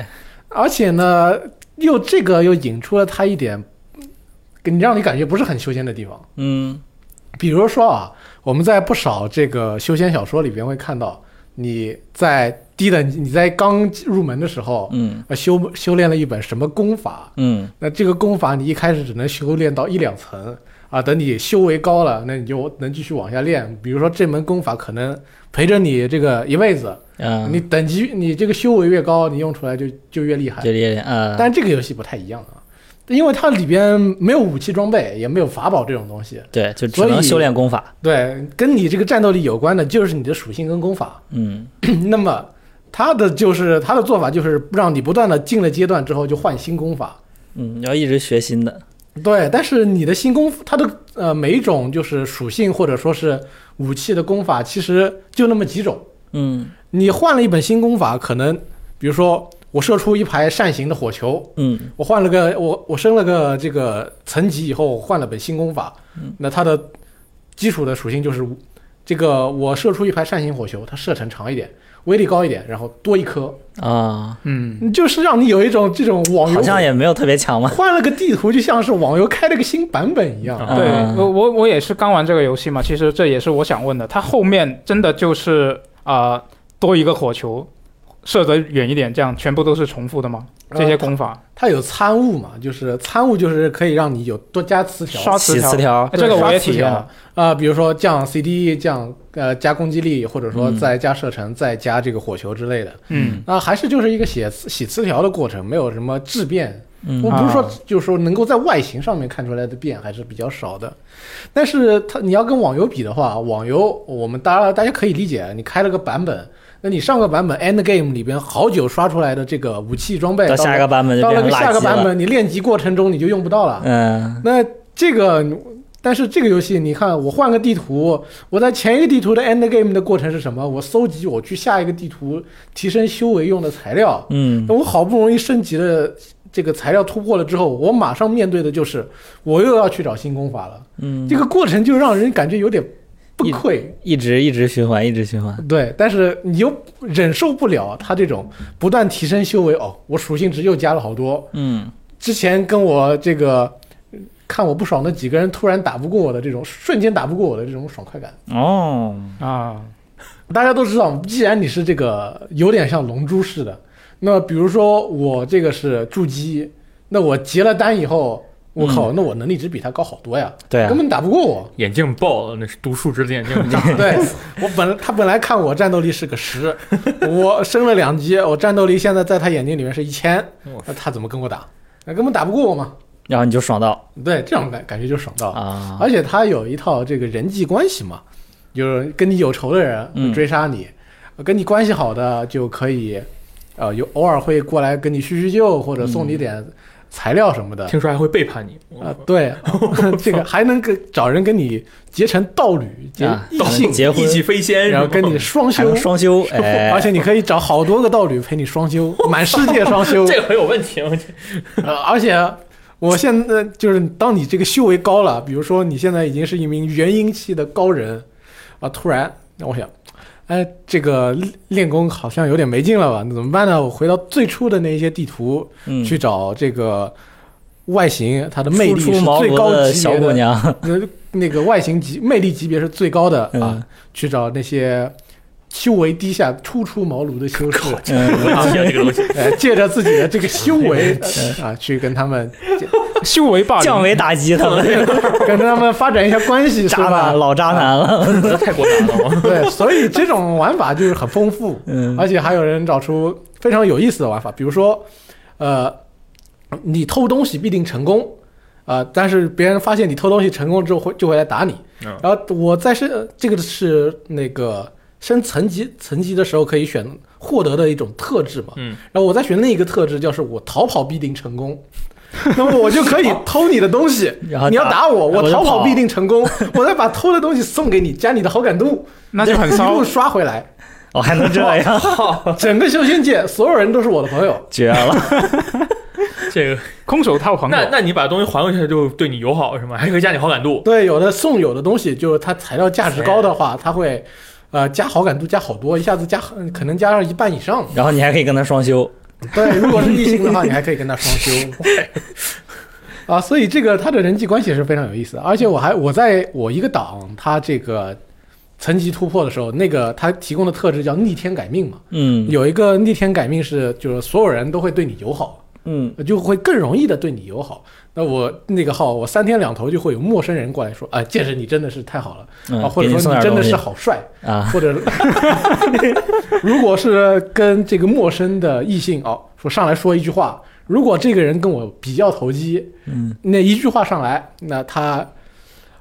Speaker 5: 而且呢，又这个又引出了他一点，给你让你感觉不是很修仙的地方。
Speaker 4: 嗯，
Speaker 5: 比如说啊，我们在不少这个修仙小说里边会看到，你在低等，你在刚入门的时候，
Speaker 4: 嗯，
Speaker 5: 呃修修炼了一本什么功法，
Speaker 4: 嗯，
Speaker 5: 那这个功法你一开始只能修炼到一两层啊，等你修为高了，那你就能继续往下练。比如说这门功法可能陪着你这个一辈子，
Speaker 4: 啊，
Speaker 5: 你等级你这个修为越高，你用出来就就越厉害。
Speaker 4: 就这啊，
Speaker 5: 但这个游戏不太一样啊，因为它里边没有武器装备，也没有法宝这种东西。
Speaker 4: 对，就只
Speaker 5: 所以
Speaker 4: 能修炼功法，
Speaker 5: 对，跟你这个战斗力有关的就是你的属性跟功法。
Speaker 4: 嗯，
Speaker 5: 那么它的就是它的做法就是让你不断的进了阶段之后就换新功法。
Speaker 4: 嗯，要一直学新的，
Speaker 5: 对，但是你的新功它的呃每一种就是属性或者说是武器的功法，其实就那么几种。
Speaker 4: 嗯
Speaker 5: 你换了一本新功法，可能比如说我射出一排扇形的火球，
Speaker 4: 嗯
Speaker 5: 我换了个我我升了个这
Speaker 4: 嗯
Speaker 5: 个层级以后，我换了本新功法，那它的基础的属性就是这个我射出一排扇形火球，它射程长一点，威力高一点，然后多一颗，
Speaker 4: 啊，
Speaker 3: 嗯，
Speaker 5: 你就是让你有一种这种网游
Speaker 4: 好像也没有特别强嘛。
Speaker 5: 换了个地图，就像是网游开了个新版本一样。
Speaker 1: 啊
Speaker 3: 对
Speaker 4: 嗯
Speaker 3: 我我我也是刚玩这个游戏嘛，其实这也是我想问的，它后面真的就是啊、呃多一个火球，射得远一点，这样全部都是重复的吗？
Speaker 1: 呃
Speaker 3: 这些功法、
Speaker 5: 它有参悟嘛，就是参悟就是可以让你有多加词条，
Speaker 3: 刷
Speaker 4: 起
Speaker 3: 词条，
Speaker 4: 词条
Speaker 3: 哎，这个我也体验了。
Speaker 5: 啊、比如说降 CD 降呃加攻击力，或者说
Speaker 4: 嗯
Speaker 5: 再加射程，再加这个火球之类的。
Speaker 3: 嗯，
Speaker 5: 那啊还是就是一个写词洗词条的过程，没有什么质变。
Speaker 4: 嗯
Speaker 5: 我不是说
Speaker 3: 啊
Speaker 5: 就是说能够在外形上面看出来的变还是比较少的，但是它你要跟网游比的话，网游我们大家大家可以理解，你开了个版本，那你上个版本 End Game 里边好久刷出来的这个武器装备，
Speaker 4: 到下一个版本就
Speaker 5: 到了
Speaker 4: 变成
Speaker 5: 个下
Speaker 4: 垃
Speaker 5: 个版
Speaker 4: 圾了。
Speaker 5: 本，你练级过程中你就用不到了。
Speaker 4: 嗯，
Speaker 5: 那这个，但是这个游戏，你看我换个地图，我在前一个地图的 end game 的过程是什么？我搜集我去下一个地图提升修为用的材料。
Speaker 4: 嗯
Speaker 5: 那我好不容易升级了这个材料突破了之后，我马上面对的就是我又要去找新功法了。
Speaker 4: 嗯，
Speaker 5: 这个过程就让人感觉有点崩溃。
Speaker 4: 一直一直循环，一直循环。
Speaker 5: 对，但是你又忍受不了他这种不断提升修为哦，我属性值又加了好多，
Speaker 4: 嗯
Speaker 5: 之前跟我这个看我不爽的几个人突然打不过我的这种瞬间打不过我的这种爽快感。
Speaker 4: 哦，
Speaker 3: 啊，
Speaker 5: 大家都知道，既然你是这个有点像龙珠似的，那比如说我这个是筑基，那我结了单以后，我靠，那我能力值比他高好多呀，
Speaker 4: 嗯对啊
Speaker 5: 根，本打不 过我。
Speaker 1: 眼镜爆了，那是读数值的 眼镜大
Speaker 5: 对我本来他本来看我战斗力是个十，我升了两级，我战斗力现在在他眼睛里面是一千，那他怎么跟我打？那根本打不过我嘛。
Speaker 4: 然后你就爽到
Speaker 5: 对，这种感感觉就爽到了。
Speaker 4: 啊，
Speaker 5: 而且他有一套这个人际关系嘛，就是跟你有仇的人
Speaker 4: 嗯
Speaker 5: 会追杀你，呃跟你关系好的就可以，呃，有偶尔会过来跟你叙叙旧，或者送你
Speaker 4: 嗯
Speaker 5: 点材料什么的。
Speaker 1: 听说还会背叛你。
Speaker 5: 啊、对，这个还能跟找人跟你结成道侣，结
Speaker 4: 啊
Speaker 5: 异
Speaker 4: 道
Speaker 5: 性，
Speaker 4: 结婚
Speaker 1: 意气飞仙，
Speaker 5: 然后跟你双
Speaker 4: 还
Speaker 5: 修
Speaker 4: 能，双修，哎，
Speaker 5: 而且你可以找好多个道侣陪你双修，满世界双修。
Speaker 1: 这个很有问题，我觉 得
Speaker 5: 呃，而且我现在就是，当你这个修为高了，比如说你现在已经是一名元婴期的高人，啊，突然，那我想，哎，这个练练功好像有点没劲了吧？那怎么办呢？我回到最初的那一些地图、
Speaker 4: 嗯
Speaker 5: 去找这个外形，它的魅力
Speaker 4: 初出
Speaker 5: 是
Speaker 4: 茅
Speaker 5: 最
Speaker 4: 庐
Speaker 5: 高级别
Speaker 4: 的小姑娘，
Speaker 5: 呃，那个外形级魅力级别是最高的啊，
Speaker 4: 嗯
Speaker 5: 去找那些修为低下、初出茅庐的修士。
Speaker 4: 嗯
Speaker 1: 有问题啊，这个东西。
Speaker 5: 呃，借着自己的这个修 为啊，去跟他们
Speaker 3: 修为霸
Speaker 4: 降
Speaker 3: 凌，
Speaker 4: 维打击他们，
Speaker 5: 跟他们发展一下关系，是
Speaker 4: 渣
Speaker 5: 吧
Speaker 4: 男？老渣男了，
Speaker 1: 这 太过难了。我
Speaker 5: 对，所以这种玩法就是很丰富，
Speaker 4: 嗯
Speaker 5: 而且还有人找出非常有意思的玩法，比如说，呃，你偷东西必定成功，啊、但是别人发现你偷东西成功之后会就会来打你
Speaker 1: 嗯。
Speaker 5: 然后我在升这个是那个升层级层级的时候可以选获得的一种特质嘛，
Speaker 1: 嗯，
Speaker 5: 然后我再选另一个特质，就是我逃跑必定成功。 那么我就可以偷你的东西，
Speaker 4: 然后
Speaker 5: 你要打我，
Speaker 4: 啊我
Speaker 5: 我
Speaker 4: 就
Speaker 5: 逃跑
Speaker 4: 跑
Speaker 5: 必定成功，我再把偷的东西送给你，加你的好感度，
Speaker 3: 那就很
Speaker 5: 一
Speaker 3: 骚
Speaker 5: 路。刷回来。
Speaker 4: 我哦还能这 样，
Speaker 5: 整个修仙界所有人都是我的朋友，
Speaker 4: 绝了，
Speaker 1: 这个，
Speaker 3: 空手套朋友
Speaker 1: 那，那你把东西还回去，他就对你友好是吗？还可以加你好感 度。
Speaker 5: 对，有的送有的东西，就是它材料价值高的话，它会，呃，加好感度加好多，一下子加很可能加上一半以上。
Speaker 4: 然后你还可以跟他双修，
Speaker 5: 对，如果是异性的话，你还可以跟他双修。 啊，所以这个他的人际关系是非常有意思的，而且我还我在我一个党，他这个层级突破的时候，那个他提供的特质叫逆天改命嘛，
Speaker 4: 嗯
Speaker 5: 有一个逆天改命是就是所有人都会对你友好，
Speaker 4: 嗯，
Speaker 5: 就会更容易的对你友好。那我那个号，我三天两头就会有陌生人过来说，啊，剑神你真的是太好了，
Speaker 4: 嗯
Speaker 5: 啊，或者
Speaker 4: 给你送
Speaker 5: 说你
Speaker 4: 点
Speaker 5: 真的
Speaker 4: 东西
Speaker 5: 是好 帅，
Speaker 4: 啊，
Speaker 5: 或者 如果是跟这个陌生的异性哦，说上来说一句话，如果这个人跟我比较投机，
Speaker 4: 嗯，
Speaker 5: 那一句话上来，那他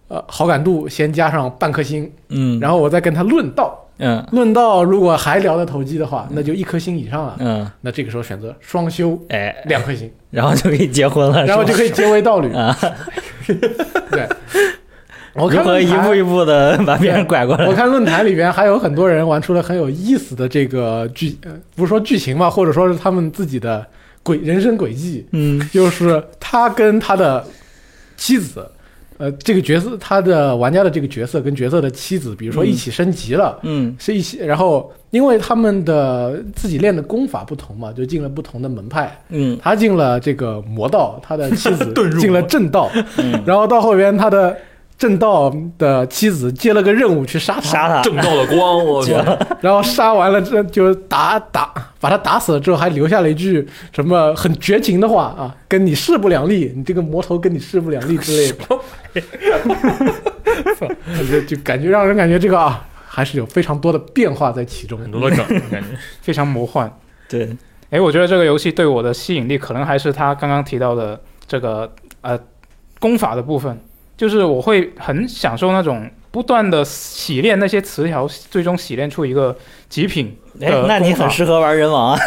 Speaker 5: 呃好感度先加上半颗星，
Speaker 4: 嗯，
Speaker 5: 然
Speaker 4: 后
Speaker 5: 后我再跟他论道，
Speaker 4: 嗯
Speaker 5: 论道如果还聊得投机的话，那就一颗星以上了。
Speaker 4: 嗯，
Speaker 5: 那这个时候选择双修
Speaker 4: 哎，
Speaker 5: 两颗星，
Speaker 4: 然后就可以结婚了，
Speaker 5: 然后
Speaker 4: 是
Speaker 5: 就
Speaker 4: 吧
Speaker 5: 可以结为道侣。
Speaker 4: 啊，
Speaker 5: 对，
Speaker 4: 如
Speaker 5: 我看
Speaker 4: 何
Speaker 5: 论
Speaker 4: 一
Speaker 5: 坛
Speaker 4: 步一步的把别人拐过
Speaker 5: 我
Speaker 4: 来？
Speaker 5: 看论坛里边还有很多人玩出了很有意思的这个剧，呃不是说剧情吧，或者说是他们自己的轨人生轨迹，
Speaker 4: 嗯
Speaker 5: 就是他跟他的妻子呃，这个角色他的玩家的这个角色跟角色的妻子，比如说一起升级了，
Speaker 4: 嗯
Speaker 5: 是一起，然后因为他们的自己练的功法不同嘛，就进了不同的门派。
Speaker 4: 嗯
Speaker 5: 他进了这个魔道，他的妻子
Speaker 1: 遁入
Speaker 5: 进了正道，
Speaker 4: 嗯，
Speaker 5: 然后到后边他的正道的妻子接了个任务去杀他，
Speaker 4: 杀他，
Speaker 1: 正道的光，我操！
Speaker 5: 然后杀完了之后就打打把他打死了之后，还留下了一句什么很绝情的话啊，跟你势不两立，你这个魔头跟你势不两立之类的，就就感觉让人感觉这个啊还是有非常多的变化在其中。
Speaker 1: 很多的梗，感觉
Speaker 3: 非常魔幻。
Speaker 4: 对，
Speaker 3: 哎，我觉得这个游戏对我的吸引力，可能还是他刚刚提到的这个呃功法的部分，就是我会很享受那种不断的洗练那些词条，最终洗练出一个极品。
Speaker 4: 哎
Speaker 3: 呃，
Speaker 4: 那你
Speaker 3: 功法
Speaker 4: 很适合玩人王啊，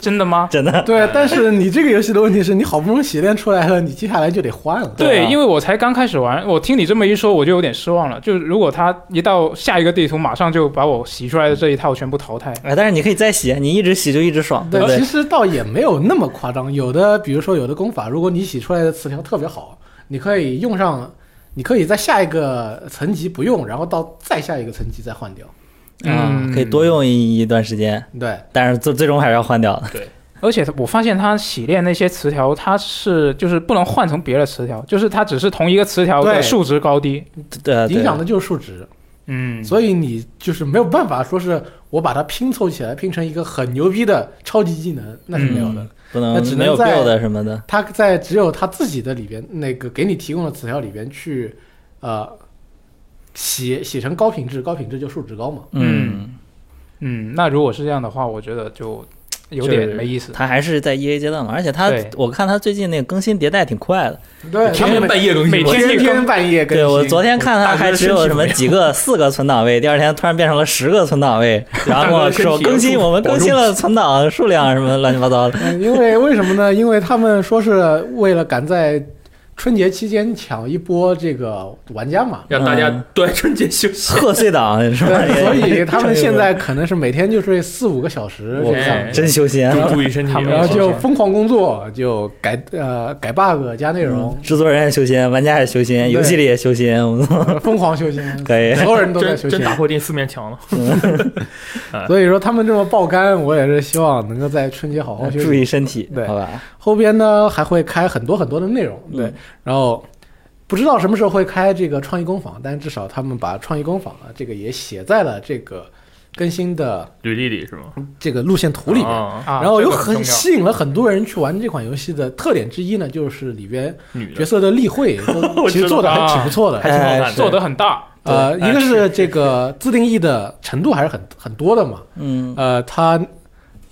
Speaker 3: 真的吗？
Speaker 4: 真的，
Speaker 5: 对，但是你这个游戏的问题是你好不容易洗练出来了，你接下来就得换了。
Speaker 4: 对啊
Speaker 3: 因为我才刚开始玩，我听你这么一说，我就有点失望了。就是如果他一到下一个地图，马上就把我洗出来的这一套全部淘汰，
Speaker 4: 哎，但是你可以再洗，你一直洗就一直爽，对不
Speaker 5: 对，其
Speaker 4: 对？
Speaker 5: 实倒也没有那么夸张。有的，比如说有的功法，如果你洗出来的词条特别好，你可以用上，你可以在下一个层级不用，然后到再下一个层级再换掉。
Speaker 4: 啊
Speaker 3: 嗯
Speaker 4: 可以多用一一段时间，
Speaker 5: 对，
Speaker 4: 但是最最终还是要换掉的。
Speaker 3: 而且我发现他洗练那些词条，它是就是不能换成别的词条，就是它只是同一个词条的
Speaker 5: 对
Speaker 3: 数值高低。
Speaker 4: 对，对
Speaker 5: 影响的就是数值，
Speaker 3: 嗯，
Speaker 5: 所以你就是没有办法说是我把它拼凑起来，拼成一个很牛逼的超级技能，那是没有的。
Speaker 4: 嗯不能
Speaker 5: 那只能
Speaker 4: 没有
Speaker 5: 在
Speaker 4: build 什么的，
Speaker 5: 它在只有它自己的里边那个给你提供的词条里边去，呃，写写成高品质，高品质就数值高嘛。
Speaker 4: 嗯，
Speaker 3: 嗯，那如果是这样的话，我觉得就有
Speaker 4: 就是
Speaker 3: 点没意思。
Speaker 4: 他还是在 EA 阶段嘛，而且他
Speaker 3: 对
Speaker 4: 我看他最近那个更新迭代挺快的，
Speaker 5: 对，
Speaker 1: 天
Speaker 5: 他
Speaker 1: 天
Speaker 5: 们
Speaker 1: 半夜更新，
Speaker 3: 每天
Speaker 5: 天天半夜更
Speaker 4: 对
Speaker 5: 新。
Speaker 4: 我昨天看
Speaker 1: 大
Speaker 4: 他
Speaker 1: 哥
Speaker 4: 还只有
Speaker 1: 身体
Speaker 4: 什么
Speaker 1: 没有
Speaker 4: 几个四个存档位，第二天突然变成了十个存档 位，然后
Speaker 1: 大
Speaker 4: 跟
Speaker 1: 哥
Speaker 4: 我
Speaker 1: 身
Speaker 4: 说
Speaker 1: 体有
Speaker 4: 更新
Speaker 1: 重
Speaker 4: 我们更新了存档数量什么乱七八糟的，
Speaker 5: 嗯，因为为什么呢？ 因为他们说是为了赶在春节期间抢一波这个玩家嘛，
Speaker 1: 让大家
Speaker 5: 嗯
Speaker 1: 端春节休 息。
Speaker 4: 贺岁档是吧？
Speaker 5: 对， 所以他们现
Speaker 4: 这
Speaker 5: 在可能是每天就睡四五个小时
Speaker 4: 个
Speaker 5: 这
Speaker 4: 我
Speaker 5: 样
Speaker 4: 靠，
Speaker 1: 哎
Speaker 5: 子，
Speaker 4: 真休闲。啊
Speaker 1: 注意身体，
Speaker 3: 他们
Speaker 5: 然
Speaker 1: 然
Speaker 5: 后
Speaker 1: 后
Speaker 5: 就疯狂工作，就改呃改 bug 加内容，
Speaker 4: 制作人也修仙，玩家也修仙，
Speaker 5: 对
Speaker 4: 游戏里也修仙，我操，
Speaker 5: 疯狂修仙，
Speaker 4: 可以
Speaker 5: 所有人都在修
Speaker 1: 真真
Speaker 5: 仙。
Speaker 1: 打破第四面墙了。
Speaker 5: 所以说他们这么爆肝，我也是希望能够在春节好好休息
Speaker 4: 呃 注。意身体，
Speaker 5: 对
Speaker 4: 好吧？
Speaker 5: 后边呢还会开很多很多的内容，对，
Speaker 4: 嗯
Speaker 5: 然后不知道什么时候会开这个创意工坊，但至少他们把创意工坊啊这个也写在了这个更新的
Speaker 1: 履历里是吗？
Speaker 5: 这个路线图里面。
Speaker 1: 啊
Speaker 3: 啊，
Speaker 5: 然后
Speaker 3: 这
Speaker 5: 有
Speaker 3: 个
Speaker 5: 很
Speaker 3: 重要
Speaker 5: 吸引了很多人去玩这款游戏的特点之一呢，就是里边
Speaker 1: 女
Speaker 5: 角
Speaker 1: 的
Speaker 5: 色的例会都其实做的还挺不错
Speaker 1: 还
Speaker 5: 的。
Speaker 1: 挺好看
Speaker 4: 哎
Speaker 1: 的，
Speaker 3: 做得很大，
Speaker 5: 呃，
Speaker 1: 对
Speaker 5: 一个是这个自定义的程度还是很很多的嘛，
Speaker 4: 嗯，
Speaker 5: 呃，它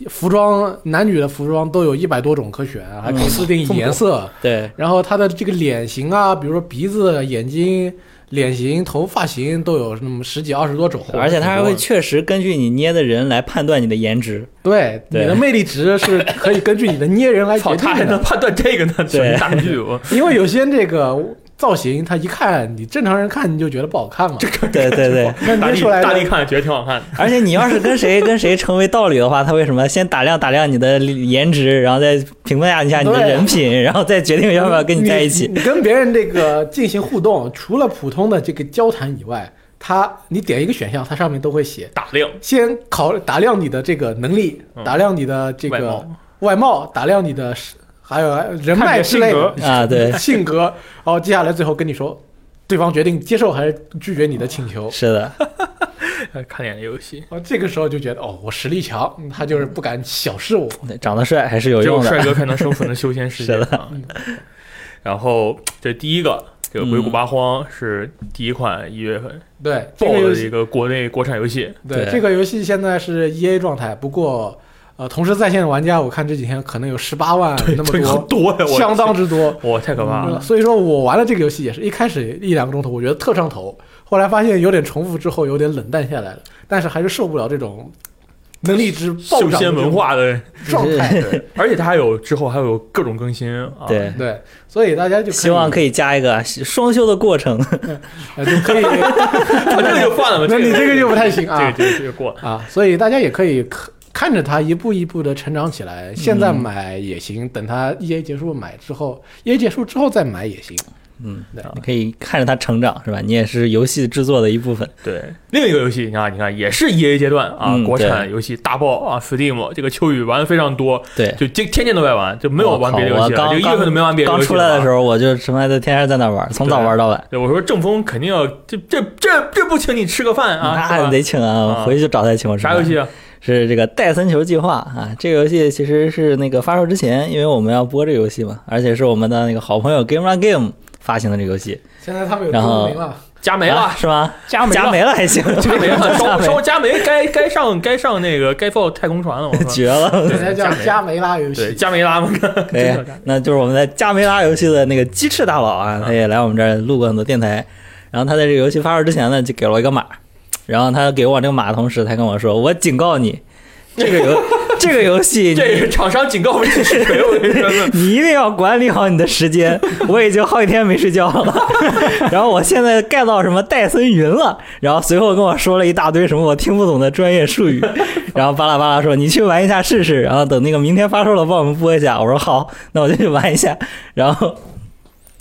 Speaker 5: 服装男女的服装都有一百多种可选，还可以自定义颜色。
Speaker 4: 对，
Speaker 5: 然后它的这个脸型啊，比如说鼻子、眼睛、脸型、头发型都有那么十几二十多种，
Speaker 4: 而且他还会确实根据你捏的人来判断你的颜值，
Speaker 5: 对
Speaker 4: 对
Speaker 5: 你的魅力值是可以根据你的捏人来决
Speaker 1: 操，他还
Speaker 5: 定
Speaker 1: 能
Speaker 5: 的，
Speaker 1: 判断这个呢？什么大剧？我
Speaker 5: 因为有些这个造型，他一看你正常人看你就觉得不好看嘛，哦
Speaker 4: 对对 对。
Speaker 5: 那
Speaker 1: 大
Speaker 5: 捏
Speaker 1: 力
Speaker 5: 出来
Speaker 1: 大力
Speaker 5: 的。
Speaker 1: 看觉得挺好 看的，
Speaker 4: 而且你要是跟谁跟谁成为道侣的话，他为什么先打量打量你的颜值，然后再评价一下你的
Speaker 5: 对
Speaker 4: 人品，然后再决定要不要跟你在一起？
Speaker 5: 你你跟别人这个进行互动，除了普通的这个交谈以外，它你点一个选项，它上面都会写
Speaker 1: 打量
Speaker 5: 先考打量你的这个能力，
Speaker 1: 嗯
Speaker 5: 打量你的这
Speaker 1: 外
Speaker 5: 个
Speaker 1: 貌
Speaker 5: 外貌，打量你的是还有人
Speaker 3: 看你
Speaker 5: 脉
Speaker 3: 的
Speaker 5: 之
Speaker 3: 性
Speaker 5: 类
Speaker 3: 格
Speaker 5: 的，
Speaker 4: 啊，对，
Speaker 5: 性格。然后接下来最后跟你说，对方决定接受还是拒绝你的请求。
Speaker 4: 是的，
Speaker 1: 哎看脸的游戏，
Speaker 5: 啊，这个时候就觉得哦，我实力强，嗯他就是不敢小视我。
Speaker 4: 长得帅还是有
Speaker 1: 只有
Speaker 4: 用的。
Speaker 1: 帅哥才能生存的休闲世界。
Speaker 4: 是
Speaker 1: 啊然后这第一个。这个《鬼谷八荒》是第一款一月份
Speaker 5: 对，这
Speaker 1: 爆
Speaker 5: 个游
Speaker 1: 的一
Speaker 5: 戏，
Speaker 1: 个国内国产游戏，
Speaker 5: 对
Speaker 4: 对
Speaker 5: 这个游戏现在是 E A 状态，不过呃，同时在线的玩家，我看这几天可能有十八万那么
Speaker 1: 这个多
Speaker 5: 多，
Speaker 1: 呀，我
Speaker 5: 相当之多。
Speaker 1: 哇，太可怕
Speaker 5: 嗯
Speaker 1: 了！
Speaker 5: 所以说我玩了这个游戏也是一开始一两个钟头，我觉得特上头，后来发现有点重复之后有点冷淡下来了，但是还是受不了这种能力值
Speaker 1: 修
Speaker 5: 暴涨的
Speaker 1: 仙文化的，
Speaker 5: 这种状态。对
Speaker 1: 而且它还有之后还有各种更新啊，
Speaker 4: 对，
Speaker 5: 对，所以大家就
Speaker 4: 希望可
Speaker 5: 以，
Speaker 4: 以加一个双修的过程。
Speaker 5: 呃就可以，
Speaker 1: 啊，这个就算了吧，
Speaker 5: 那你这个就不太行
Speaker 1: 这个
Speaker 5: 啊
Speaker 1: 这个这个过了。
Speaker 5: 啊！所以大家也可以看看着它一步一步的成长起来，现在买也行，等它 E A 结束买之后，E A 结束之后再买也行。
Speaker 4: 嗯
Speaker 5: 对，
Speaker 4: 你可以看着它成长，是吧？你也是游戏制作的一部分。
Speaker 1: 对，另一个游戏，你看，你看，也是 EA 阶段啊，
Speaker 4: 嗯
Speaker 1: 国产
Speaker 4: 对
Speaker 1: 游戏大爆啊，Steam 这个秋雨玩的非常多，
Speaker 4: 对，
Speaker 1: 就天天天都在玩，就没有玩别的游戏
Speaker 4: 我
Speaker 1: 了，
Speaker 4: 靠
Speaker 1: 这
Speaker 4: 我
Speaker 1: 个一
Speaker 4: 刚
Speaker 1: 月份都没玩别的游
Speaker 4: 刚
Speaker 1: 戏。
Speaker 4: 出来的时。候，我就什么在天天在那玩，从早玩到晚。
Speaker 1: 对，我说正风肯定要这这这这不请你吃个饭啊？是
Speaker 4: 那
Speaker 1: 吧
Speaker 4: 得请
Speaker 1: 啊
Speaker 4: 啊，回去就找他请我吃
Speaker 1: 啥
Speaker 4: 饭。
Speaker 1: 游戏啊？
Speaker 4: 是这个《戴森球计划》啊，这个游戏其实是那个发售之前，因为我们要播这个游戏嘛，而且是我们的那个好朋友 Game Run Game 发行的这个游戏，
Speaker 5: 现在他们有
Speaker 4: 然
Speaker 5: 中
Speaker 4: 后
Speaker 5: 文名了，
Speaker 1: 加煤
Speaker 4: 啊
Speaker 1: 了，
Speaker 4: 是吗？
Speaker 3: 加没
Speaker 4: 加
Speaker 3: 了
Speaker 4: 没了还行，
Speaker 1: 加煤了，
Speaker 4: 啊 加
Speaker 1: 烧
Speaker 4: 没
Speaker 1: 烧加煤，该该上该上那个该放太空船了。 我说，
Speaker 4: 绝了！
Speaker 5: 现在叫
Speaker 1: 加
Speaker 5: 加梅拉游
Speaker 1: 对，
Speaker 5: 戏，
Speaker 1: 加煤拉嘛，
Speaker 4: 可以，那就是我们在加梅拉游戏的那个鸡翅大佬啊，他也来我们这儿录过很多电台。然后他在这个游戏发售之前呢，就给了我一个码，然后他给我这个码的同时，他跟我说：“我警告你，这个游这个游戏
Speaker 1: 这是厂商警告我是谁？我跟你 说，
Speaker 4: 你一定要管理好你的时间。我已经好几天没睡觉了， 然后我现在盖到什么戴森云了，然后随后跟我说了一大堆什么我听不懂的专业术语，然后巴拉巴拉说你去玩一下试试，然后等那个明天发售了帮我们播一下。我说好，那我就去玩一下。然后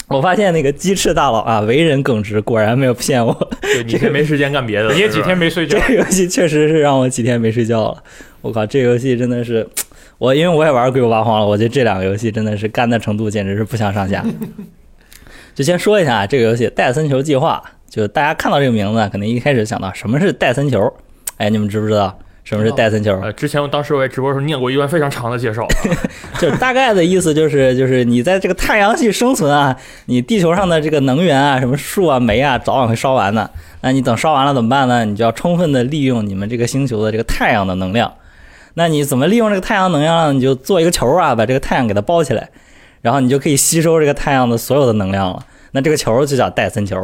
Speaker 4: 我发现那个鸡翅大佬啊，为人耿直，果然没有骗我。
Speaker 1: 对你这没时间干别的了，
Speaker 3: 你也
Speaker 1: 是
Speaker 3: 几
Speaker 1: 吧
Speaker 3: 天没睡觉
Speaker 4: 这，个游戏确实是让我几天没睡觉了。我靠，这个游戏真的是，我因为我也玩《鬼谷八荒》了，我觉得这两个游戏真的是干的程度简直是不相上下。 就先说一下啊，这个游戏《戴森球计划》，就大家看到这个名字，肯定一开始想到什么是戴森球。哎，你们知不知道什么是戴森球？
Speaker 1: 呃，之前我当时我也直播的时候念过一段非常长的介绍，
Speaker 4: 就是大概的意思就是，就是你在这个太阳系生存啊，你地球上的这个能源啊，什么树啊、煤啊，早晚会烧完的。那你等烧完了怎么办呢？你就要充分的利用你们这个星球的这个太阳的能量。那你怎么利用这个太阳能量呢？你就做一个球啊，把这个太阳给它包起来，然后你就可以吸收这个太阳的所有的能量了。那这个球就叫戴森球。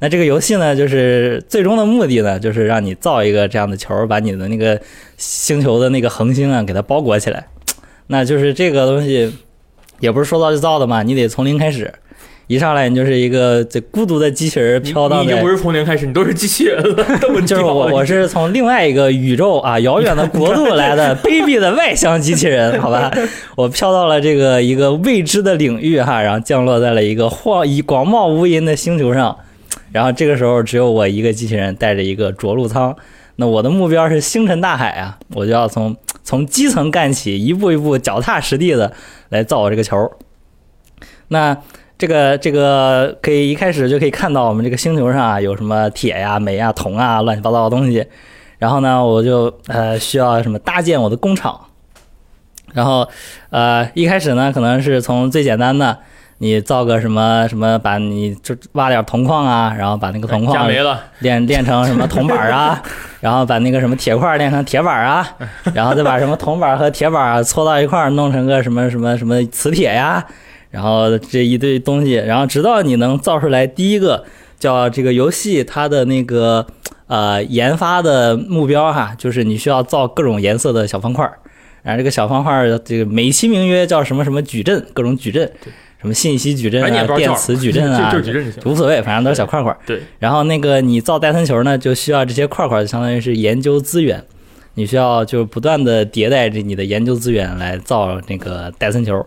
Speaker 4: 那这个游戏呢，就是最终的目的呢，就是让你造一个这样的球，把你的那个星球的那个恒星啊，给它包裹起来。那就是这个东西也不是说造就造的嘛，你得从零开始。一上来你就是一个这孤独的机器人
Speaker 1: 你
Speaker 4: 飘
Speaker 1: 你
Speaker 4: 荡
Speaker 1: 已经
Speaker 4: 在
Speaker 1: 不是从零开始，你都是机器人了，这么
Speaker 4: 就是
Speaker 1: 屌啊
Speaker 4: 我，
Speaker 1: 了
Speaker 4: 我是从另外一个宇宙啊，遥远的国度来的卑鄙的外乡机器人，好吧？ 我飘到了这个一个未知的领域哈，然后降落在了一个荒以广袤无垠的星球上，然后这个时候只有我一个机器人带着一个着陆舱，那我的目标是星辰大海啊，我就要从从基层干起，一步一步脚踏实地的来造我这个球。那这个这个可以一开始就可以看到我们这个星球上啊有什么铁呀、煤呀、铜啊，乱七八糟的东西。然后呢，我就呃需要什么搭建我的工厂。然后呃一开始呢，可能是从最简单的，你造个什么什么，把你就挖点铜矿啊，然后把那个铜
Speaker 1: 哎加
Speaker 4: 矿
Speaker 1: 没了，
Speaker 4: 练练成什么铜板儿 啊，然后把那个什么铁块儿练成铁板儿啊，然后再把什么铜板儿和铁板儿啊搓到一块儿，弄成个什么什么什么磁铁呀，然后这一堆东西，然后直到你能造出来第一个叫这个游戏它的那个呃研发的目标哈，就是你需要造各种颜色的小方块儿，然后这个小方块儿这个美其名曰叫什么什么矩阵，各种矩阵，什么信息矩阵
Speaker 1: 哎你也不知
Speaker 4: 啊、
Speaker 1: 道
Speaker 4: 电
Speaker 1: 叫
Speaker 4: 磁矩阵
Speaker 1: 就
Speaker 4: 啊
Speaker 1: 就，矩阵就行。
Speaker 4: 无所谓，反正都是小块块。
Speaker 1: 对对
Speaker 4: 然后那个你造戴森球呢，就需要这些块块，就相当于是研究资源，你需要就是不断的迭代着你的研究资源来造那个戴森球。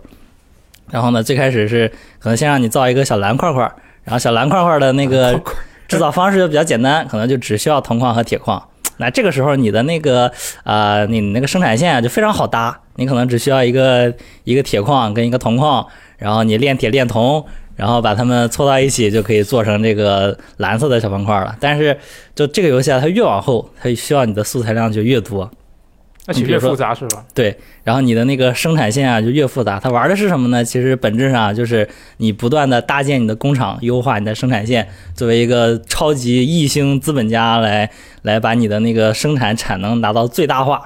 Speaker 4: 然后呢，最开始是可能先让你造一个小蓝块块，然后小蓝块块的那个 制造方式就比较简单，可能就只需要铜矿和铁矿。那这个时候你的那个呃，你那个生产线啊就非常好搭，你可能只需要一个一个铁矿跟一个铜矿，然后你炼铁炼铜，然后把它们凑到一起就可以做成这个蓝色的小方块了。但是就这个游戏啊，它越往后，它需要你的素材量就越多，
Speaker 3: 而且
Speaker 4: 你比
Speaker 3: 越
Speaker 4: 如说
Speaker 3: 复杂是吧？
Speaker 4: 然后你的那个生产线啊就越复杂。它玩的是什么呢？其实本质上就是你不断的搭建你的工厂，优化你的生产线，作为一个超级异星资本家来来把你的那个生产产能达到最大化。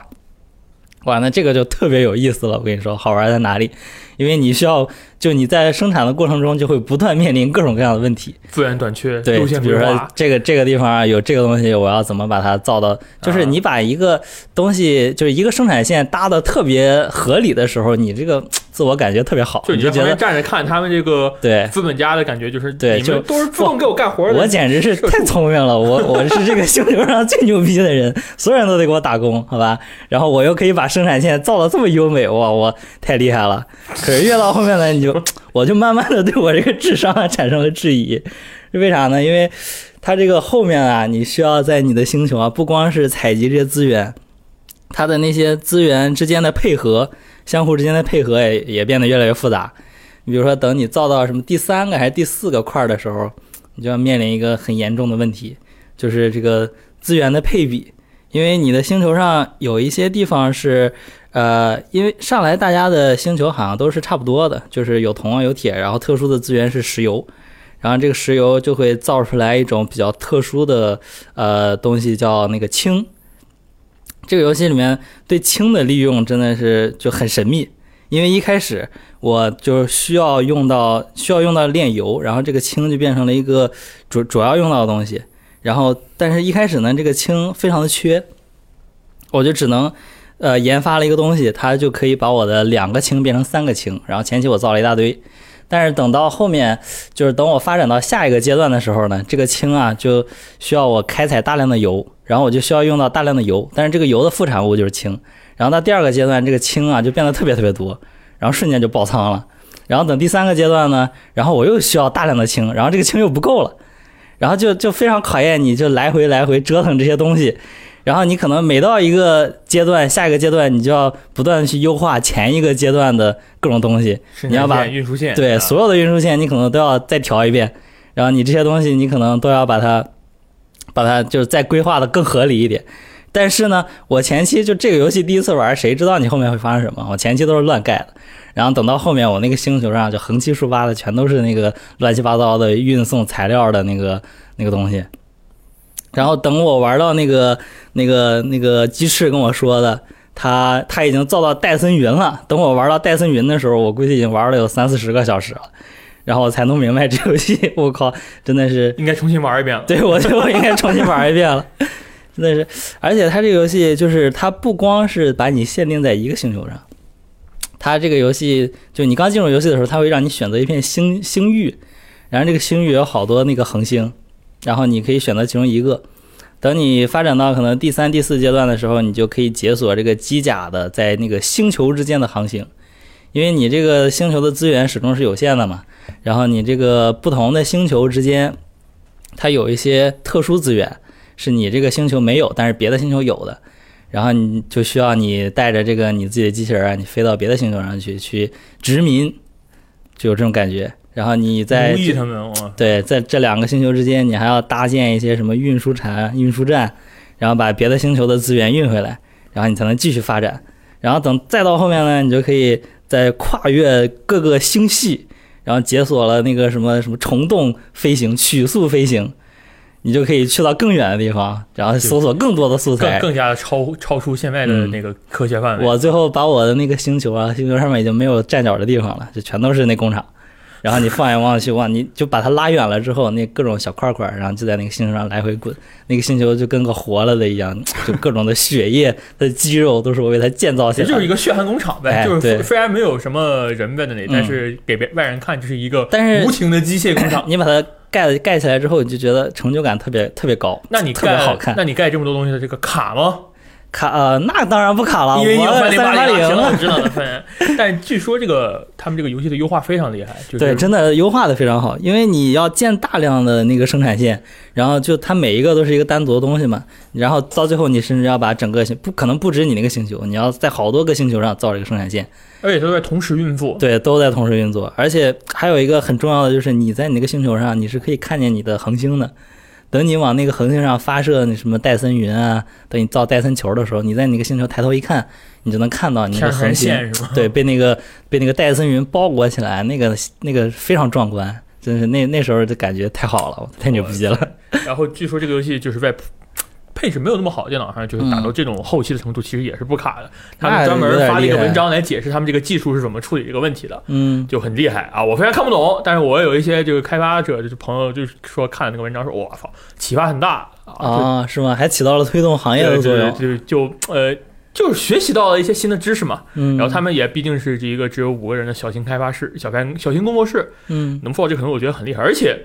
Speaker 4: 哇，那这个就特别有意思了。我跟你说，好玩在哪里？因为你需要就你在生产的过程中就会不断面临各种各样的问题。
Speaker 1: 资源短缺，
Speaker 4: 对，
Speaker 1: 路线
Speaker 4: 比
Speaker 1: 规
Speaker 4: 如
Speaker 1: 划
Speaker 4: 说，这个这个地方啊有这个东西，我要怎么把它造到？
Speaker 1: 啊
Speaker 4: 就是你把一个东西，就是一个生产线搭的特别合理的时候，你这个嘖自我感觉特别好，
Speaker 1: 就
Speaker 4: 你
Speaker 1: 你
Speaker 4: 就
Speaker 1: 在
Speaker 4: 觉
Speaker 1: 旁边
Speaker 4: 得
Speaker 1: 站着看他们这个
Speaker 4: 对。
Speaker 1: 资本家的感觉，就是
Speaker 4: 对
Speaker 1: 你
Speaker 4: 就
Speaker 1: 们都是自动给我干活
Speaker 4: 我
Speaker 1: 的。
Speaker 4: 简直是太聪明了，我我是这个星球上最牛逼的人，所有人都得给我打工，好吧？然后我又可以把生产线造的这么优美，哇，我太厉害了！可是越到后面呢，你就我就慢慢的对我这个智商啊产生了质疑，是为啥呢？因为它这个后面啊，你需要在你的星球啊，不光是采集这些资源，它的那些资源之间的配合，相互之间的配合也也变得越来越复杂。你比如说，等你造到什么第三个还是第四个块儿的时候，你就要面临一个很严重的问题，就是这个资源的配比，因为你的星球上有一些地方是。呃，因为上来大家的星球好像都是差不多的，就是有铜啊有铁，然后特殊的资源是石油，然后这个石油就会造出来一种比较特殊的呃东西，叫那个氢。这个游戏里面对氢的利用真的是就很神秘，因为一开始我就需要用到需要用到炼油，然后这个氢就变成了一个主主要用到的东西，然后但是一开始呢，这个氢非常的缺，我就只能。呃，研发了一个东西，它就可以把我的两个氢变成三个氢。然后前期我造了一大堆，但是等到后面，就是等我发展到下一个阶段的时候呢，这个氢啊就需要我开采大量的油，然后我就需要用到大量的油，但是这个油的副产物就是氢。然后到第二个阶段，这个氢啊就变得特别特别多，然后瞬间就爆仓了。然后等第三个阶段呢，然后我又需要大量的氢，然后这个氢又不够了，然后就就非常考验你，就来回来回折腾这些东西。然后你可能每到一个阶段，下一个阶段你就要不断的去优化前一个阶段的各种东西，
Speaker 1: 生
Speaker 4: 你要
Speaker 1: 产
Speaker 4: 把
Speaker 1: 线运输线
Speaker 4: 对
Speaker 1: 啊
Speaker 4: 所有的运输线你可能都要再调一遍，然后你这些东西你可能都要把它把它就是再规划的更合理一点。但是呢，我前期就这个游戏第一次玩，谁知道你后面会发生什么？我前期都是乱盖的，然后等到后面我那个星球上就横七竖八的全都是那个乱七八糟的运送材料的那个那个东西。然后等我玩到那个那个那个鸡翅跟我说的，他他已经造到戴森云了。等我玩到戴森云的时候，我估计已经玩了有三四十个小时了，然后我才弄明白这游戏，我靠，真的是
Speaker 1: 应该重新玩一遍了。
Speaker 4: 对，我觉得我应该重新玩一遍了。真的是，而且它这个游戏就是它不光是把你限定在一个星球上，它这个游戏就你刚进入游戏的时候，它会让你选择一片星星域，然后这个星域有好多那个恒星，然后你可以选择其中一个。等你发展到可能第三、第四阶段的时候，你就可以解锁这个机甲的在那个星球之间的航行，因为你这个星球的资源始终是有限的嘛。然后你这个不同的星球之间，它有一些特殊资源，是你这个星球没有，但是别的星球有的。然后你就需要你带着这个你自己的机器人啊，你飞到别的星球上去去殖民，就有这种感觉。然后你在
Speaker 1: 奴役他们，哇，
Speaker 4: 对，在这两个星球之间，你还要搭建一些什么运输船、运输站，然后把别的星球的资源运回来，然后你才能继续发展。然后等再到后面呢，你就可以再跨越各个星系，然后解锁了那个什么什么虫洞飞行、曲速飞行，你就可以去到更远的地方，然后搜索更多的素
Speaker 1: 更
Speaker 4: 材。
Speaker 1: 更加超超出现在的
Speaker 4: 嗯
Speaker 1: 那个科学范围。
Speaker 4: 我最后把我的那个星球啊，星球上面已经没有站脚的地方了，就全都是那工厂。然后你放眼望去，哇，你就把它拉远了之后，那各种小块块，然后就在那个星球上来回滚，那个星球就跟个活了的一样，就各种的血液、它的肌肉都是我为它建造起
Speaker 1: 其
Speaker 4: 来
Speaker 1: 实就是一
Speaker 4: 的。
Speaker 1: 个血汗工厂呗，
Speaker 4: 哎
Speaker 1: 就是
Speaker 4: 对
Speaker 1: 虽虽然没有什么人在那里，
Speaker 4: 嗯
Speaker 1: 但是给别外人看就是一个
Speaker 4: 但是
Speaker 1: 无情的机械工厂。
Speaker 4: 你把它盖盖起来之后，你就觉得成就感特别特别高。
Speaker 1: 那你
Speaker 4: 特别
Speaker 1: 盖
Speaker 4: 好看
Speaker 1: 那你盖这么多东西的这个卡吗？
Speaker 4: 卡呃，那当然不卡了，
Speaker 1: 因为有
Speaker 4: 我
Speaker 1: 三
Speaker 4: 零
Speaker 1: 零啊八
Speaker 4: 零
Speaker 1: 行了，我知道了，分。但据说这个他们这个游戏的优化非常厉害，就是
Speaker 4: 对，真的优化的非常好，因为你要建大量的那个生产线，然后就它每一个都是一个单独的东西嘛，然后到最后你甚至要把整个星不可能不止你那个星球，你要在好多个星球上造这个生产线，
Speaker 1: 而且都在同时运作。
Speaker 4: 对，都在同时运作，而且还有一个很重要的就是你在你那个星球上你是可以看见你的恒星的，等你往那个恒星上发射那什么戴森云啊，等你造戴森球的时候，你在你那个星球抬头一看，你就能看到你那
Speaker 1: 天
Speaker 4: 个恒
Speaker 1: 神
Speaker 4: 星。
Speaker 1: 线是吗？
Speaker 4: 对，被那个被那个戴森云包裹起来，那个那个非常壮观，真是那那时候就感觉太好了，太牛逼了。
Speaker 1: 然后据说这个游戏就是在配置没有那么好的电脑上，就是打到这种后期的程度，其实也是不卡的。他们专门发了一个文章来解释他们这个技术是怎么处理这个问题的，
Speaker 4: 嗯，
Speaker 1: 就很厉害啊！我虽然看不懂，但是我有一些这个开发者就是朋友就是说看了那个文章说，我操，启发很大啊！
Speaker 4: 啊，是吗？还起到了推动行业
Speaker 1: 对
Speaker 4: 的作
Speaker 1: 对，
Speaker 4: 用。
Speaker 1: 就就呃。就是学习到了一些新的知识嘛，
Speaker 4: 嗯，
Speaker 1: 然后他们也毕竟是一个只有五个人的小型开发室、小开小型工作室，
Speaker 4: 嗯
Speaker 1: 能做到这可能我觉得很厉害，而且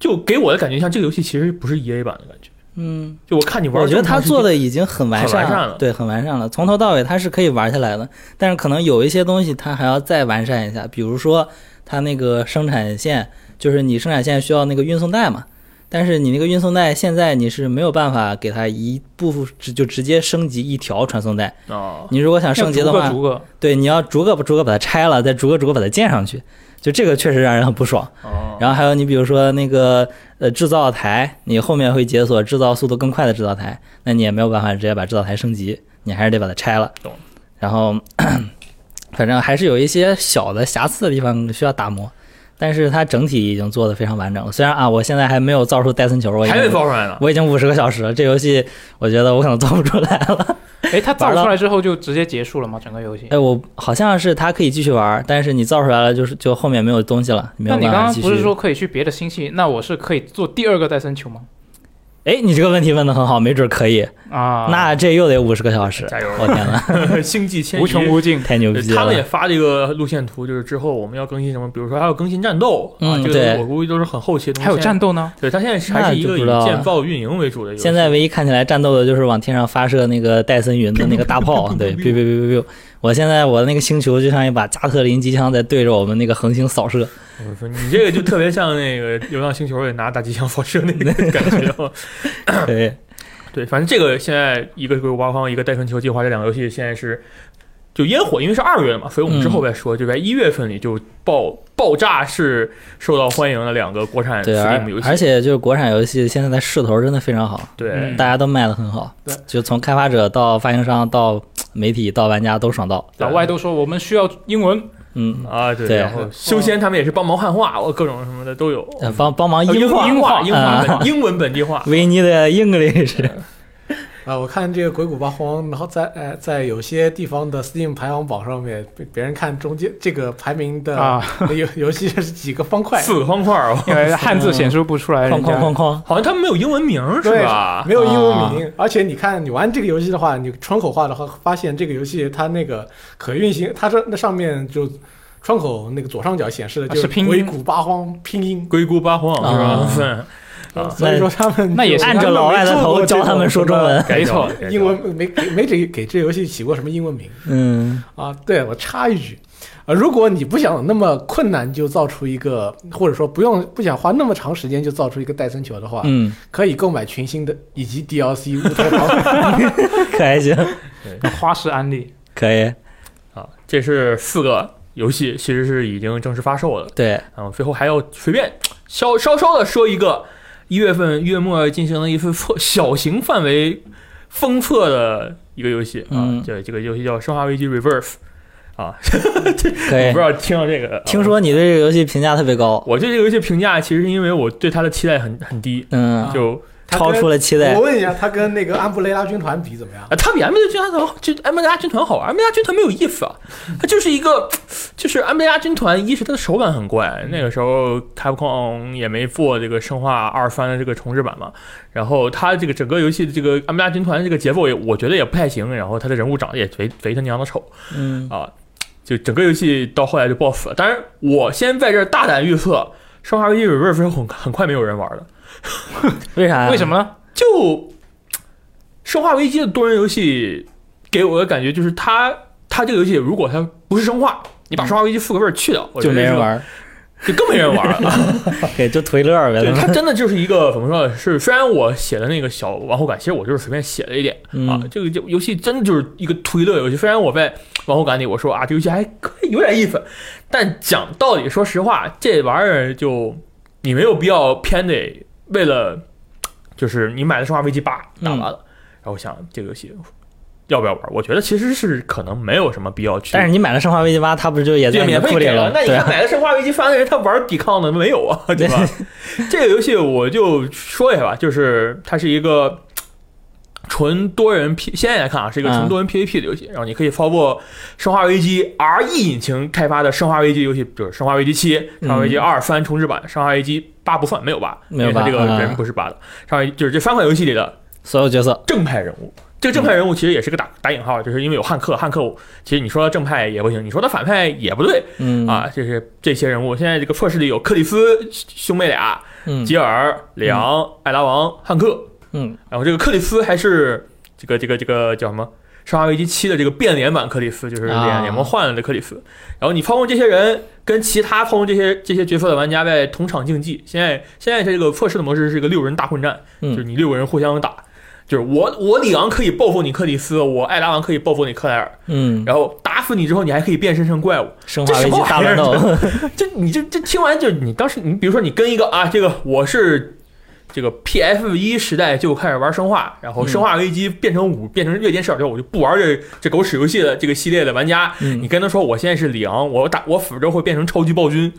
Speaker 1: 就给我的感觉像这个游戏其实不是 E A 版的感觉，
Speaker 4: 嗯，
Speaker 1: 就我看你玩，
Speaker 4: 我觉得他做的已经很完善
Speaker 1: 很完善了
Speaker 4: 对，很完善了，从头到尾他是可以玩下来的。但是可能有一些东西他还要再完善一下，比如说他那个生产线，就是你生产线需要那个运送带嘛，但是你那个运送带现在你是没有办法给它一步直就直接升级一条传送带。
Speaker 1: 啊，
Speaker 4: 你如果想升级的
Speaker 3: 要
Speaker 4: 话，
Speaker 3: 逐个逐个
Speaker 4: 对，你要逐个逐个把它拆了，再逐个逐个把它建上去，就这个确实让人很不爽。
Speaker 1: 哦
Speaker 4: 然后还有你比如说那个呃制造台，你后面会解锁制造速度更快的制造台，那你也没有办法直接把制造台升级，你还是得把它拆了
Speaker 1: 懂。
Speaker 4: 然后 咳反正还是有一些小的瑕疵的地方需要打磨，但是它整体已经做得非常完整了。虽然啊，我现在还没有造出戴森球，我已
Speaker 1: 还没
Speaker 4: 经
Speaker 1: 造出来呢。
Speaker 4: 我已经五十个小时了，这游戏我觉得我可能做不出来 了。
Speaker 3: 哎，它造
Speaker 4: 玩了
Speaker 3: 出来之后就直接结束了吗？整个游戏？
Speaker 4: 哎，我好像是它可以继续玩，但是你造出来了就是就后面没有东西了，没
Speaker 3: 那
Speaker 4: 有
Speaker 3: 你
Speaker 4: 办
Speaker 3: 刚
Speaker 4: 法
Speaker 3: 刚
Speaker 4: 继续。
Speaker 3: 不是说可以去别的星系？那我是可以做第二个戴森球吗？
Speaker 4: 哎，你这个问题问得很好，没准可以。
Speaker 3: 啊，
Speaker 4: 那这又得五十个小时，
Speaker 1: 加油！
Speaker 4: 我天 呐，
Speaker 1: 星际迁移
Speaker 3: 无穷无尽。
Speaker 4: 太牛
Speaker 1: 对
Speaker 4: 逼
Speaker 1: 他们也
Speaker 4: 了！
Speaker 1: 发这个路线图，就是之后我们要更新什么，比如说还要更新战斗啊，
Speaker 4: 嗯
Speaker 1: 这
Speaker 4: 对
Speaker 1: 个我估计都是很后期的东西。
Speaker 3: 还有战斗呢？
Speaker 1: 对，它现在是还是一
Speaker 4: 那就
Speaker 1: 个
Speaker 4: 不
Speaker 1: 以
Speaker 4: 知道了
Speaker 1: 建造运营为主的游戏。
Speaker 4: 现在唯一看起来战斗的就是往天上发射那个戴森云的那个 大炮，对，哔哔哔哔哔。我现在我的那个星球就像一把加特林机枪在对着我们那个恒星 扫射，
Speaker 1: 我说你这个就特别像那个《流浪星球》里拿大机枪扫射那个感 觉啊。
Speaker 4: 对，
Speaker 1: 对，反正这个现在一个《鬼谷八荒》，一个《戴春球计划》，这两个游戏现在是就烟火，因为是二月嘛，所以我们
Speaker 4: 嗯
Speaker 1: 之后再说，就在一月份里就爆爆炸式受到欢迎的两个国产
Speaker 4: 对，而
Speaker 1: Steam 游戏。
Speaker 4: 而且就是国产游戏现在的势头真的非常好，
Speaker 1: 对，
Speaker 3: 嗯
Speaker 4: 大家都卖的很好
Speaker 5: 对，
Speaker 4: 就从开发者到发行商到媒体到玩家都爽到，
Speaker 1: 对
Speaker 3: 老外都说我们需要英文，
Speaker 4: 嗯，
Speaker 1: 啊，对，
Speaker 4: 对
Speaker 1: 然
Speaker 5: 哦
Speaker 1: 后修仙他们也是帮忙汉化，我各种什么的都有。
Speaker 4: 呃帮帮忙
Speaker 1: 呃英
Speaker 4: 英化
Speaker 1: 英化
Speaker 4: 嗯
Speaker 1: 英化哎本英文本地 化，
Speaker 4: 维尼的 English，
Speaker 5: 啊，我看这个《鬼谷八荒》，然后在呃，在有些地方的 Steam 排行榜上面，被别人看中间这个排名的
Speaker 3: 啊
Speaker 5: 游游戏是几个方块，
Speaker 1: 四个方块儿 哦，
Speaker 3: 因 为汉字显示不出来，
Speaker 4: 哐
Speaker 3: 人家
Speaker 4: 哐哐哐，
Speaker 1: 好像他们没有英文名儿是
Speaker 5: 对
Speaker 1: 吧？
Speaker 5: 没有英文
Speaker 3: 啊
Speaker 5: 名。而且你看，你玩这个游戏的话，你窗口化的话，发现这个游戏它那个可运行，它这那上面就窗口那个左上角显示的就是
Speaker 3: 啊是拼音
Speaker 5: 鬼谷八荒”拼音，
Speaker 1: 硅谷八荒
Speaker 4: 啊
Speaker 1: 是吧？啊
Speaker 5: 所以说他们
Speaker 3: 那也是
Speaker 4: 按着老外的头教他们说中文，
Speaker 1: 改掉了，改掉了
Speaker 5: 英文没给没给给这游戏起过什么英文名。
Speaker 4: 嗯
Speaker 5: 啊，对我插一句，呃，如果你不想那么困难就造出一个，或者说不用不想花那么长时间就造出一个戴森球的话，
Speaker 4: 嗯，
Speaker 5: 可以购买群星的以及 DLC 乌托邦。
Speaker 4: 可还行，
Speaker 3: 花式安利。
Speaker 4: 可以，
Speaker 1: 啊，这是四个游戏，其实是已经正式发售了。
Speaker 4: 对，
Speaker 1: 嗯，最后还要随便稍稍稍的说一个，一月份月末进行了一次测小型范围封测的一个游戏啊
Speaker 4: 嗯，
Speaker 1: 这、这个游戏叫《生化危机 Reverse》啊，
Speaker 4: 可以
Speaker 1: 我不知。道听到这个，啊
Speaker 4: 听说你对这个游戏评价特别高，
Speaker 1: 我对这个游戏评价，其实是因为我对它的期待很很低，
Speaker 4: 嗯，
Speaker 1: 就
Speaker 5: 它
Speaker 4: 超
Speaker 5: 跟
Speaker 4: 出了期待
Speaker 5: 我。问一下，他跟那个安布雷拉军团比怎么样？
Speaker 1: 啊，它比 M 的军团好，就 M 的军团好玩，M 的军团没有意思啊，它就是一个，就是 M 的军团，一是它的手感很怪，那个时候 Capcom 也没做这个生化二番的这个重置版嘛，然后它这个整个游戏的这个 M 的军团这个节奏也我觉得也不太行，然后它的人物长得也贼贼他娘的丑
Speaker 4: 嗯，
Speaker 1: 啊，就整个游戏到后来就 BOSS 了。当然，我先在这儿大胆预测，生化危机 Reverse 是很很快没有人玩的。
Speaker 4: 为啥呀？
Speaker 3: 为什么 呢？
Speaker 1: 就《生化危机》的多人游戏给我的感觉就是它，它这个游戏如果它不是生化，你把《生化危机》复刻味儿去掉，我觉
Speaker 4: 就
Speaker 1: 得
Speaker 4: 没
Speaker 1: 是
Speaker 4: 人
Speaker 1: 个，
Speaker 4: 玩儿？
Speaker 1: 就更没人玩了。
Speaker 4: 对，就图一乐儿
Speaker 1: 对，
Speaker 4: 呗。
Speaker 1: 它真的就是一个怎么说呢？是虽然我写的那个小往后感，其实我就是随便写了一点啊
Speaker 4: 嗯。，
Speaker 1: 这个游戏真的就是一个推乐游戏。虽然我在往后感里我说啊，这游戏还可以有点意思，但讲道理，说实话，这玩意儿就你没有必要偏得为了，就是你买了《生化危机八》
Speaker 4: 嗯
Speaker 1: 打完了，然后我想这个游戏要不要玩？我觉得其实是可能没有什么必要去。
Speaker 4: 但是你买了《生化危机八》，它不是就也
Speaker 1: 对，
Speaker 4: 在你
Speaker 1: 免
Speaker 4: 的
Speaker 1: 费
Speaker 4: 库里
Speaker 1: 给了
Speaker 4: 了？。
Speaker 1: 那你
Speaker 4: 对啊
Speaker 1: 看，买了《生化危机三》的人，他玩抵抗的没有 啊？对吧？这个游戏我就说一下吧，就是它是一个纯多人 P，现在来看啊，是一个
Speaker 4: 嗯
Speaker 1: 纯多人 PVP 的游戏。然后你可以操作《生化危机》RE 引擎开发的《生化危机》游戏，就是《生化危机七》《生化危机二》三重置版，《生化危机八》不算，没有八，
Speaker 4: 嗯没有
Speaker 1: 因为它这
Speaker 4: 八
Speaker 1: 个人
Speaker 4: 嗯
Speaker 1: 不是八的。生化危就是这三款游戏里的
Speaker 4: 所有角色，
Speaker 1: 正派人物。这个
Speaker 4: 嗯
Speaker 1: 正派人物其实也是个打打引号，就是因为有汉克，汉克其实你说他正派也不行，你说他反派也不对，
Speaker 4: 嗯，
Speaker 1: 啊，就是这些人物。现在这个测试里有克里斯兄妹俩、
Speaker 4: 嗯
Speaker 1: 吉尔、里昂、艾拉王、汉克，
Speaker 4: 嗯，
Speaker 1: 嗯然后这个克里斯还是这个这个这个叫什么？《生化危机七》的这个变脸版克里斯，就是
Speaker 4: 啊
Speaker 1: 脸脸模换了的克里斯。然后你操控这些人跟其他操控这些这些角色的玩家在同场竞技。现在现在这个测试的模式是一个六人大混战，
Speaker 4: 嗯
Speaker 1: 就是你六个人互相打。就是我我里昂可以报复你克里斯，我艾达王可以报复你克莱尔，
Speaker 4: 嗯，
Speaker 1: 然后打死你之后你还可以变身成怪物。
Speaker 4: 生化危机大乱斗，
Speaker 1: 这你这这听完就是你当时你比如说你跟一个啊，这个我是这个 PF 一时代就开始玩生化，然后生化危机变成五、变成月间视角之后，我就不玩这这狗屎游戏的这个系列的玩家。你
Speaker 4: 嗯，
Speaker 1: 跟他说我现在是里昂，我打我死之后会变成超级暴君，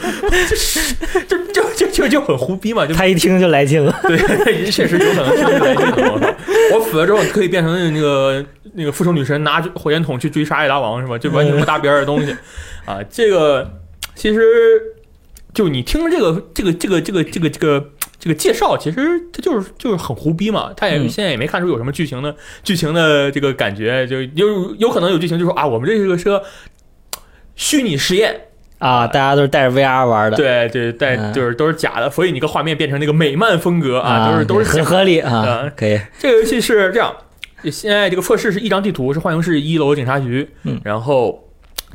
Speaker 1: 这这这这这就很胡逼嘛，就
Speaker 4: 他一听就来劲 了，
Speaker 1: 对，确实有可能是这个系统。我死了之后，你可以变成那个那个复仇女神，拿火箭筒去追杀艾达王，是吧？就完全不搭边儿的东西啊！这个其实就你听这个这个这个这个这个这个这个介绍，其实它就是就是很胡逼嘛。他也
Speaker 4: 嗯
Speaker 1: 现在也没看出有什么剧情的剧情的这个感觉，就有有可能有剧情，就说啊，我们这是个是个虚拟实验，
Speaker 4: 啊，大家都是带着 VR 玩的，
Speaker 1: 对对，但
Speaker 4: 嗯
Speaker 1: 就是都是假的，所以你个画面变成那个美漫风格啊，都是都是
Speaker 4: 很
Speaker 1: 假
Speaker 4: 合理啊
Speaker 1: 啊，
Speaker 4: 可以，
Speaker 1: 这个游戏是这样，现在这个测试是一张地图，是幻影市一楼警察局，
Speaker 4: 嗯
Speaker 1: 然后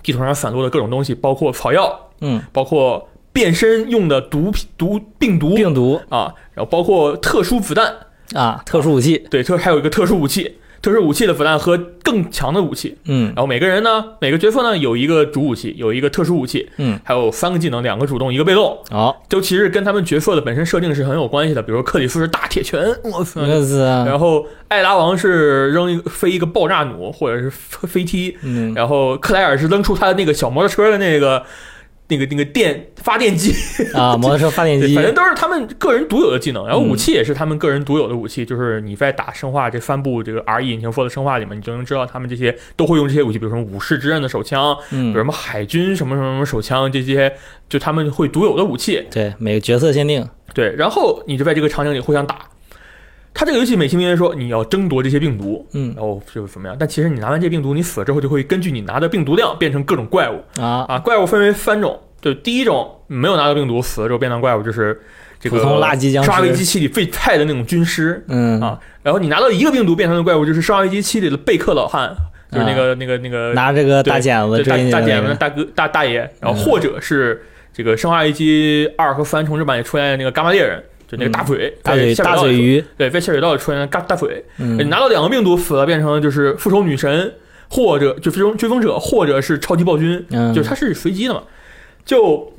Speaker 1: 地图上散落的各种东西，包括草药，
Speaker 4: 嗯，
Speaker 1: 包括变身用的毒品毒病毒
Speaker 4: 病毒
Speaker 1: 啊，然后包括特殊子弹，
Speaker 4: 啊，特殊武器，
Speaker 1: 对，特还有一个特殊武器。特殊武器的子弹和更强的武器，
Speaker 4: 嗯
Speaker 1: 然后每个人呢，每个角色呢有一个主武器，有一个特殊武器，
Speaker 4: 嗯，
Speaker 1: 还有三个技能，两个主动，一个被动，
Speaker 4: 好，
Speaker 1: 都其实跟他们角色的本身设定是很有关系的。比如说克里夫是大铁拳，我操，
Speaker 4: 那是，
Speaker 1: 然后艾达王是扔一个飞一个爆炸弩或者是飞飞踢，
Speaker 4: 嗯，
Speaker 1: 然后克莱尔是扔出他的那个小摩托车的那个那个那个电发电机，
Speaker 4: 啊，摩托车发电
Speaker 1: 对
Speaker 4: 机嗯
Speaker 1: 反，正都是他们个人独有的技能。然后武器也是他们个人独有的武器，就是你在打生化这三部这个 R E 引擎 f 的生化里面，你就能知道他们这些都会用这些武器，比如什么武士之刃的手枪，比如什
Speaker 4: 嗯，
Speaker 1: 么海军什么什么什么手枪，这些就他们会独有的武器。
Speaker 4: 对，每个角色限定，
Speaker 1: 对，然后你就在这个场景里互相打。他这个游戏美其名曰说你要争夺这些病毒，
Speaker 4: 嗯
Speaker 1: 然后就是怎么样？但其实你拿完这病毒，你死了之后就会根据你拿的病毒量变成各种怪物
Speaker 4: 啊，
Speaker 1: 啊。怪物分为三种，就第一种没有拿到病毒死了之后变成怪物，就是这个
Speaker 4: 普通垃圾僵
Speaker 1: 生化危机
Speaker 4: 尸，
Speaker 1: 七》里最菜的那种军师。
Speaker 4: 嗯，
Speaker 1: 啊然后你拿到一个病毒变成的怪物，就是《生化危机七》里的贝克老汉，就是那个、那个那个
Speaker 4: 啊拿这个大
Speaker 1: 对
Speaker 4: 剪子
Speaker 1: 对
Speaker 4: 追
Speaker 1: 大
Speaker 4: 你
Speaker 1: 大
Speaker 4: 的
Speaker 1: 姐
Speaker 4: 那
Speaker 1: 们
Speaker 4: 个，
Speaker 1: 大哥大大爷，然后
Speaker 4: 嗯
Speaker 1: 或者是这个《生化危机二》和三重置版也出现的那个伽马猎人，就那个大嘴，
Speaker 4: 嗯大嘴
Speaker 1: 在下水
Speaker 4: 大
Speaker 1: 道
Speaker 4: 嘴
Speaker 1: 里，
Speaker 4: 鱼，
Speaker 1: 对，在下水道里出现的大大嘴，你
Speaker 4: 嗯，
Speaker 1: 拿到两个病毒死了，变成就是复仇女神，或者就追风追风者，或者是超级暴君，
Speaker 4: 嗯
Speaker 1: 就是它是随机的嘛，就。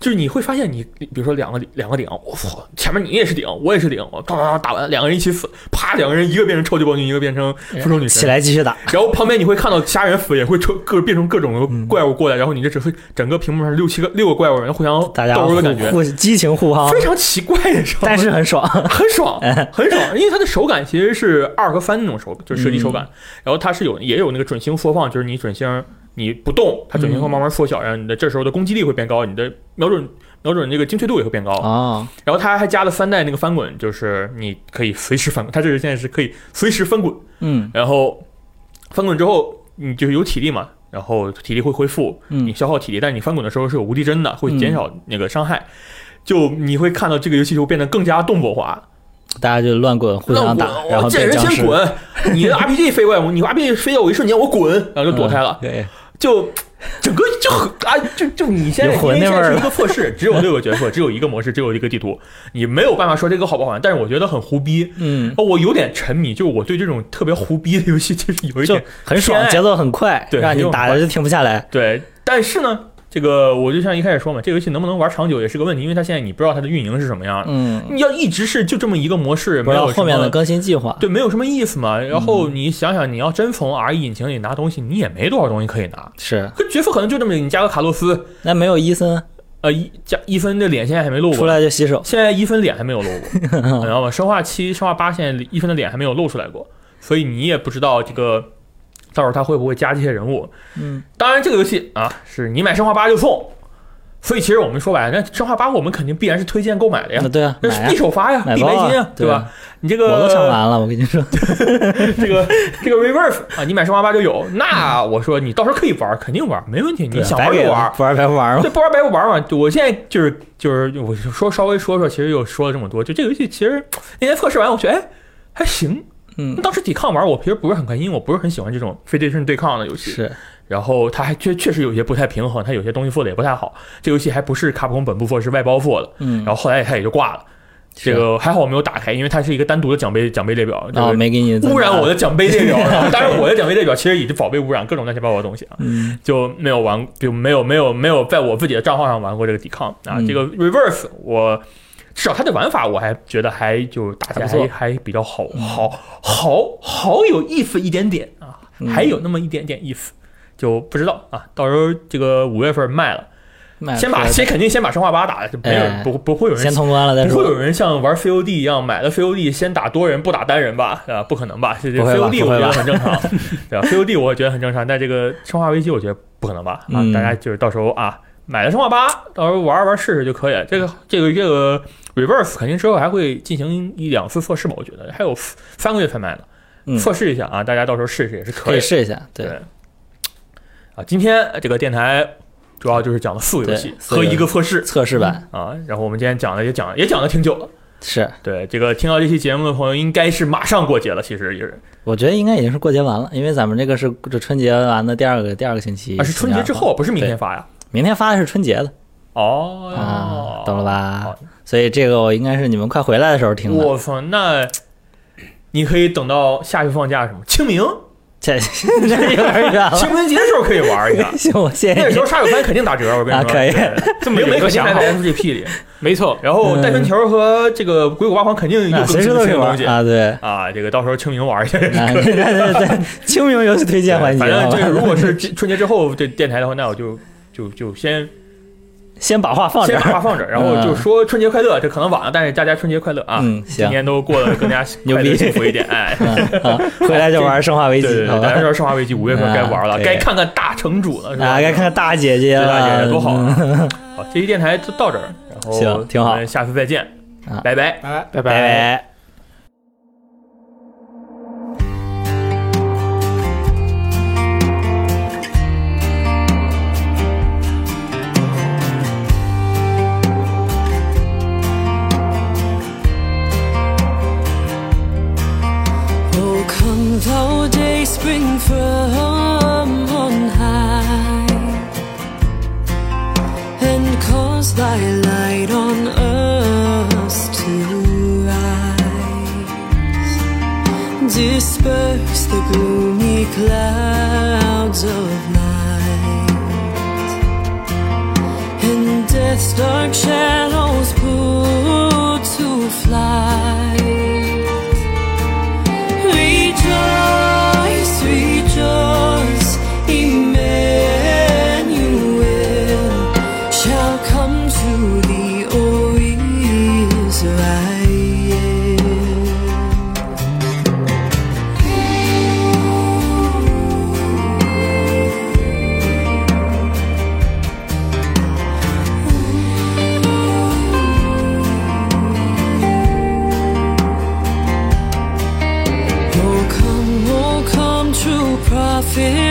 Speaker 1: 就是你会发现你，比如说两个两个顶，我操，前面你也是顶，我也是顶，我哒哒哒打完，两个人一起死，啪，两个人一个变成超级暴君，一个变成复仇女神
Speaker 4: 起，来继续打，
Speaker 1: 然后旁边你会看到其他人死也会出各变成各
Speaker 4: 嗯
Speaker 1: 种怪物过来，然后你这整个整个屏幕上六七个六个怪物人互相
Speaker 4: 大家
Speaker 1: 斗
Speaker 4: 互
Speaker 1: 殴的感觉，
Speaker 4: 互激情互夯
Speaker 1: 非，常奇怪的，你知道吗
Speaker 4: 但是很爽，
Speaker 1: 很爽，很爽，因为它的手感其实是二和三那种手，就是射击手感，然后它是有也有那个准星缩放，就是你准星你不动，它准星会慢慢缩小，然后你的这时候的攻击力会变高，你的瞄准瞄准这个精确度也会变高，
Speaker 4: 啊，
Speaker 1: 然后它还加了三代那个翻滚，就是你可以随时翻滚，它这是现在是可以随时翻滚。
Speaker 4: 嗯
Speaker 1: 然后翻滚之后，你就是有体力嘛，然后体力会恢复，你
Speaker 4: 嗯，
Speaker 1: 消耗体力，但你翻滚的时候是有无敌帧的，会减少那个伤害。就你会看到这个游戏就变得更加动作化，
Speaker 4: 大家就乱滚，互
Speaker 1: 乱
Speaker 4: 相
Speaker 1: 滚
Speaker 4: 打，，然后
Speaker 1: 我见
Speaker 4: 变
Speaker 1: 人
Speaker 4: 僵尸
Speaker 1: 先， 滚，你的 RPG 飞过来，你 RPG 飞到我一瞬间，我滚，然后就躲开了，
Speaker 4: 嗯对，
Speaker 1: 就整个就很啊，就就你现在
Speaker 4: 有魂
Speaker 1: 因为
Speaker 4: 那
Speaker 1: 现
Speaker 4: 味
Speaker 1: 在
Speaker 4: 儿
Speaker 1: 是
Speaker 4: 了
Speaker 1: 一个测试，只有六个角色，只有一个模式，只有一个地图，你没有办法说这个好不好玩，但是我觉得很胡逼，
Speaker 4: 嗯，
Speaker 1: 哦，我有点沉迷，就是我对这种特别胡逼的游戏其实有一
Speaker 4: 就
Speaker 1: 点
Speaker 4: 很爽，
Speaker 1: 偏爱
Speaker 4: 节奏很快，
Speaker 1: 对
Speaker 4: 让你
Speaker 1: 节奏很
Speaker 4: 打的就停不下来，
Speaker 1: 对，但是呢，这个我就像一开始说嘛，这个游戏能不能玩长久也是个问题，因为它现在你不知道它的运营是什么样的，
Speaker 4: 嗯，
Speaker 1: 你要一直是就这么一个模式，
Speaker 4: 不
Speaker 1: 没
Speaker 4: 知
Speaker 1: 有
Speaker 4: 道
Speaker 1: 什
Speaker 4: 后面
Speaker 1: 么
Speaker 4: 的更新计划，
Speaker 1: 对，没有什么意思嘛。然后
Speaker 4: 嗯
Speaker 1: 你想想，你要真从 R E 引擎里拿东西，你也没多少东西可以拿。
Speaker 4: 是，
Speaker 1: 可角色可能就这么，你加个卡洛斯，
Speaker 4: 那没有伊森
Speaker 1: 呃，一加一分的脸现在还没露
Speaker 4: 出
Speaker 1: 过，
Speaker 4: 来就洗手，
Speaker 1: 现在一分脸还没有露 过，你知道吗？生化七、生化八现在一分的脸还没有露出来过，所以你也不知道这个到时候他会不会加这些人物。
Speaker 4: 嗯，
Speaker 1: 当然，这个游戏啊，是你买生化八就送，所以其实我们说白了，那生化八我们肯定必然是推荐购买的呀
Speaker 4: 那，对啊，
Speaker 1: 那
Speaker 4: 买
Speaker 1: 是
Speaker 4: 啊
Speaker 1: 必，首发呀，
Speaker 4: 买
Speaker 1: 必
Speaker 4: 包
Speaker 1: 买
Speaker 4: 啊
Speaker 1: 金呀，
Speaker 4: 对
Speaker 1: 吧？你这
Speaker 4: 我
Speaker 1: 个
Speaker 4: 都上完了，我跟你说，
Speaker 1: 这个这个 Reverse 啊，你买生化八就有。那我说你到时候可以玩，肯定玩，没问题，你想玩
Speaker 4: 啊白
Speaker 1: 就
Speaker 4: 给
Speaker 1: 玩。
Speaker 4: 不玩白不玩嘛。
Speaker 1: 对，不玩白不玩嘛。我现在就是就是，我说稍微说说，其实又说了这么多。就这个游戏，其实那天测试完，我觉得哎还行。
Speaker 4: 嗯，
Speaker 1: 当时抵抗玩，我其实不是很开心，因为我不是很喜欢这种非对称对抗的游戏。
Speaker 4: 是
Speaker 1: 然后它还确确实有些不太平衡，它有些东西做的也不太好。这游戏还不是卡普空本部做，是外包做的。
Speaker 4: 嗯，
Speaker 1: 然后后来它也就挂了。
Speaker 4: 是
Speaker 1: 这个还好我没有打开，因为它是一个单独的奖杯奖杯列表，这
Speaker 4: 啊，
Speaker 1: 个
Speaker 4: 没给你
Speaker 1: 污染我
Speaker 4: 的，
Speaker 1: 的奖杯列 表。啊当然，我的奖杯列表其实已经宝被污染各种乱七八糟的东西啊，
Speaker 4: 嗯，
Speaker 1: 就没有玩，就没有没有没有在我自己的账号上玩过这个抵抗啊。
Speaker 4: 嗯
Speaker 1: 这个 Reverse 我。至少它的玩法，我还觉得还就打起来
Speaker 4: 还不
Speaker 1: 还还比较好，好好好有意思一点点啊，
Speaker 4: 嗯
Speaker 1: 还有那么一点点意思，就不知道啊。到时候这个五月份卖了，
Speaker 4: 卖
Speaker 1: 先把
Speaker 4: 出来
Speaker 1: 先肯定先把生化八打了，就没有人
Speaker 4: 哎
Speaker 1: 不不会有人
Speaker 4: 先通关了再
Speaker 1: 不会
Speaker 4: 说。
Speaker 1: 有人像玩 COD 一样买了 COD 先打多人不打单人吧？啊，不可能吧？这这
Speaker 4: 不会
Speaker 1: COD
Speaker 4: 吧
Speaker 1: 我
Speaker 4: 不
Speaker 1: 觉
Speaker 4: 会吧
Speaker 1: 得很正常，对吧？COD 我觉得很正常，但这个《生化危机》我觉得不可能吧？啊
Speaker 4: 嗯，
Speaker 1: 大家就是到时候啊，买了《生化八》，到时候玩一玩试试就可以了。这个这个这个 Reverse 肯定之后还会进行一两次测试吧？我觉得还有四三个月才卖
Speaker 4: 嗯
Speaker 1: 呢，测试一下啊，大家到时候试试也是可
Speaker 4: 可
Speaker 1: 以
Speaker 4: 以
Speaker 1: 的
Speaker 4: 试一下，对，
Speaker 1: 对啊。今天这个电台主要就是讲了四个游戏
Speaker 4: 对四个
Speaker 1: 和一个测试
Speaker 4: 测试版
Speaker 1: 啊，然后我们今天讲的也讲也讲的挺久了。
Speaker 4: 是，
Speaker 1: 对，这个听到这期节目的朋友，应该是马上过节了，其实也是
Speaker 4: 我觉得应该已经是过节完了，因为咱们这个是这春节完的第二个第二个星期，
Speaker 1: 啊，是春节之后，不是明天发呀？
Speaker 4: 明天发的是春节的
Speaker 1: 哦
Speaker 4: 啊，，懂了吧
Speaker 1: 好？
Speaker 4: 所以这个我应该是你们快回来的时候听的。
Speaker 1: 我操，那你可以等到下去放假什么？清明，
Speaker 4: 这 这有点远了。
Speaker 1: 清明节的时候可以玩
Speaker 4: 。
Speaker 1: 一下
Speaker 4: 行，我谢谢
Speaker 1: 那时
Speaker 4: 你
Speaker 1: 候。杀手番肯定打折，我跟你
Speaker 4: 啊
Speaker 1: 说，
Speaker 4: 可以 嗯
Speaker 1: 对
Speaker 3: 这么
Speaker 1: 没
Speaker 3: 有
Speaker 1: 没
Speaker 3: 个
Speaker 1: 可惜
Speaker 3: 想
Speaker 1: 还
Speaker 3: 法，
Speaker 1: 在 SGP 里。
Speaker 3: 没错，
Speaker 1: 然后戴春球和这个鬼谷八荒肯定又
Speaker 4: 啊，
Speaker 1: 更
Speaker 4: 随时都可以
Speaker 1: 东
Speaker 4: 玩
Speaker 1: 西
Speaker 4: 啊， 对。
Speaker 1: 啊！这个到时候清明玩一 下。
Speaker 4: 啊，对对对，清明游戏推荐环 节，
Speaker 1: 反正这个
Speaker 4: 好
Speaker 1: 如
Speaker 4: 吧
Speaker 1: 果是春节之后这电台的话，那我就就就先
Speaker 4: 先把话放这
Speaker 1: 先把
Speaker 4: 儿。
Speaker 1: 话放这儿，然后就说春节快乐，这可能晚了，但是大家春节快乐啊！
Speaker 4: 嗯
Speaker 1: 今
Speaker 4: 行
Speaker 1: 年都过得更加
Speaker 4: 牛
Speaker 1: 快
Speaker 4: 逼
Speaker 1: 乐幸福一点，哎。
Speaker 4: 嗯好， 回来就玩《生化危
Speaker 1: 对
Speaker 4: 机
Speaker 1: 对对，》，
Speaker 4: 好
Speaker 1: 大
Speaker 4: 吧
Speaker 1: 家？知道《生化危机》五月份该玩
Speaker 4: 啊
Speaker 1: 了，
Speaker 4: 对
Speaker 1: 该看看大城主了，是吧？
Speaker 4: 啊，该看看大姐姐
Speaker 1: 这
Speaker 4: 了，嗯
Speaker 1: 大姐姐多好啊！ 好，这期电台就到这儿，然后
Speaker 4: 行挺好
Speaker 1: 我们下次再见
Speaker 4: 啊，
Speaker 1: 拜拜。
Speaker 5: 拜拜。
Speaker 3: 拜
Speaker 4: 拜拜。
Speaker 6: Oh, come thou day spring from on high, and cause thy light on us to rise. Disperse the gloomy clouds of night, and death's dark shadows put to flight. Rejoice, rejoice, Emmanuel shall come to thee, O Israel. Oh, come, oh, come, true prophet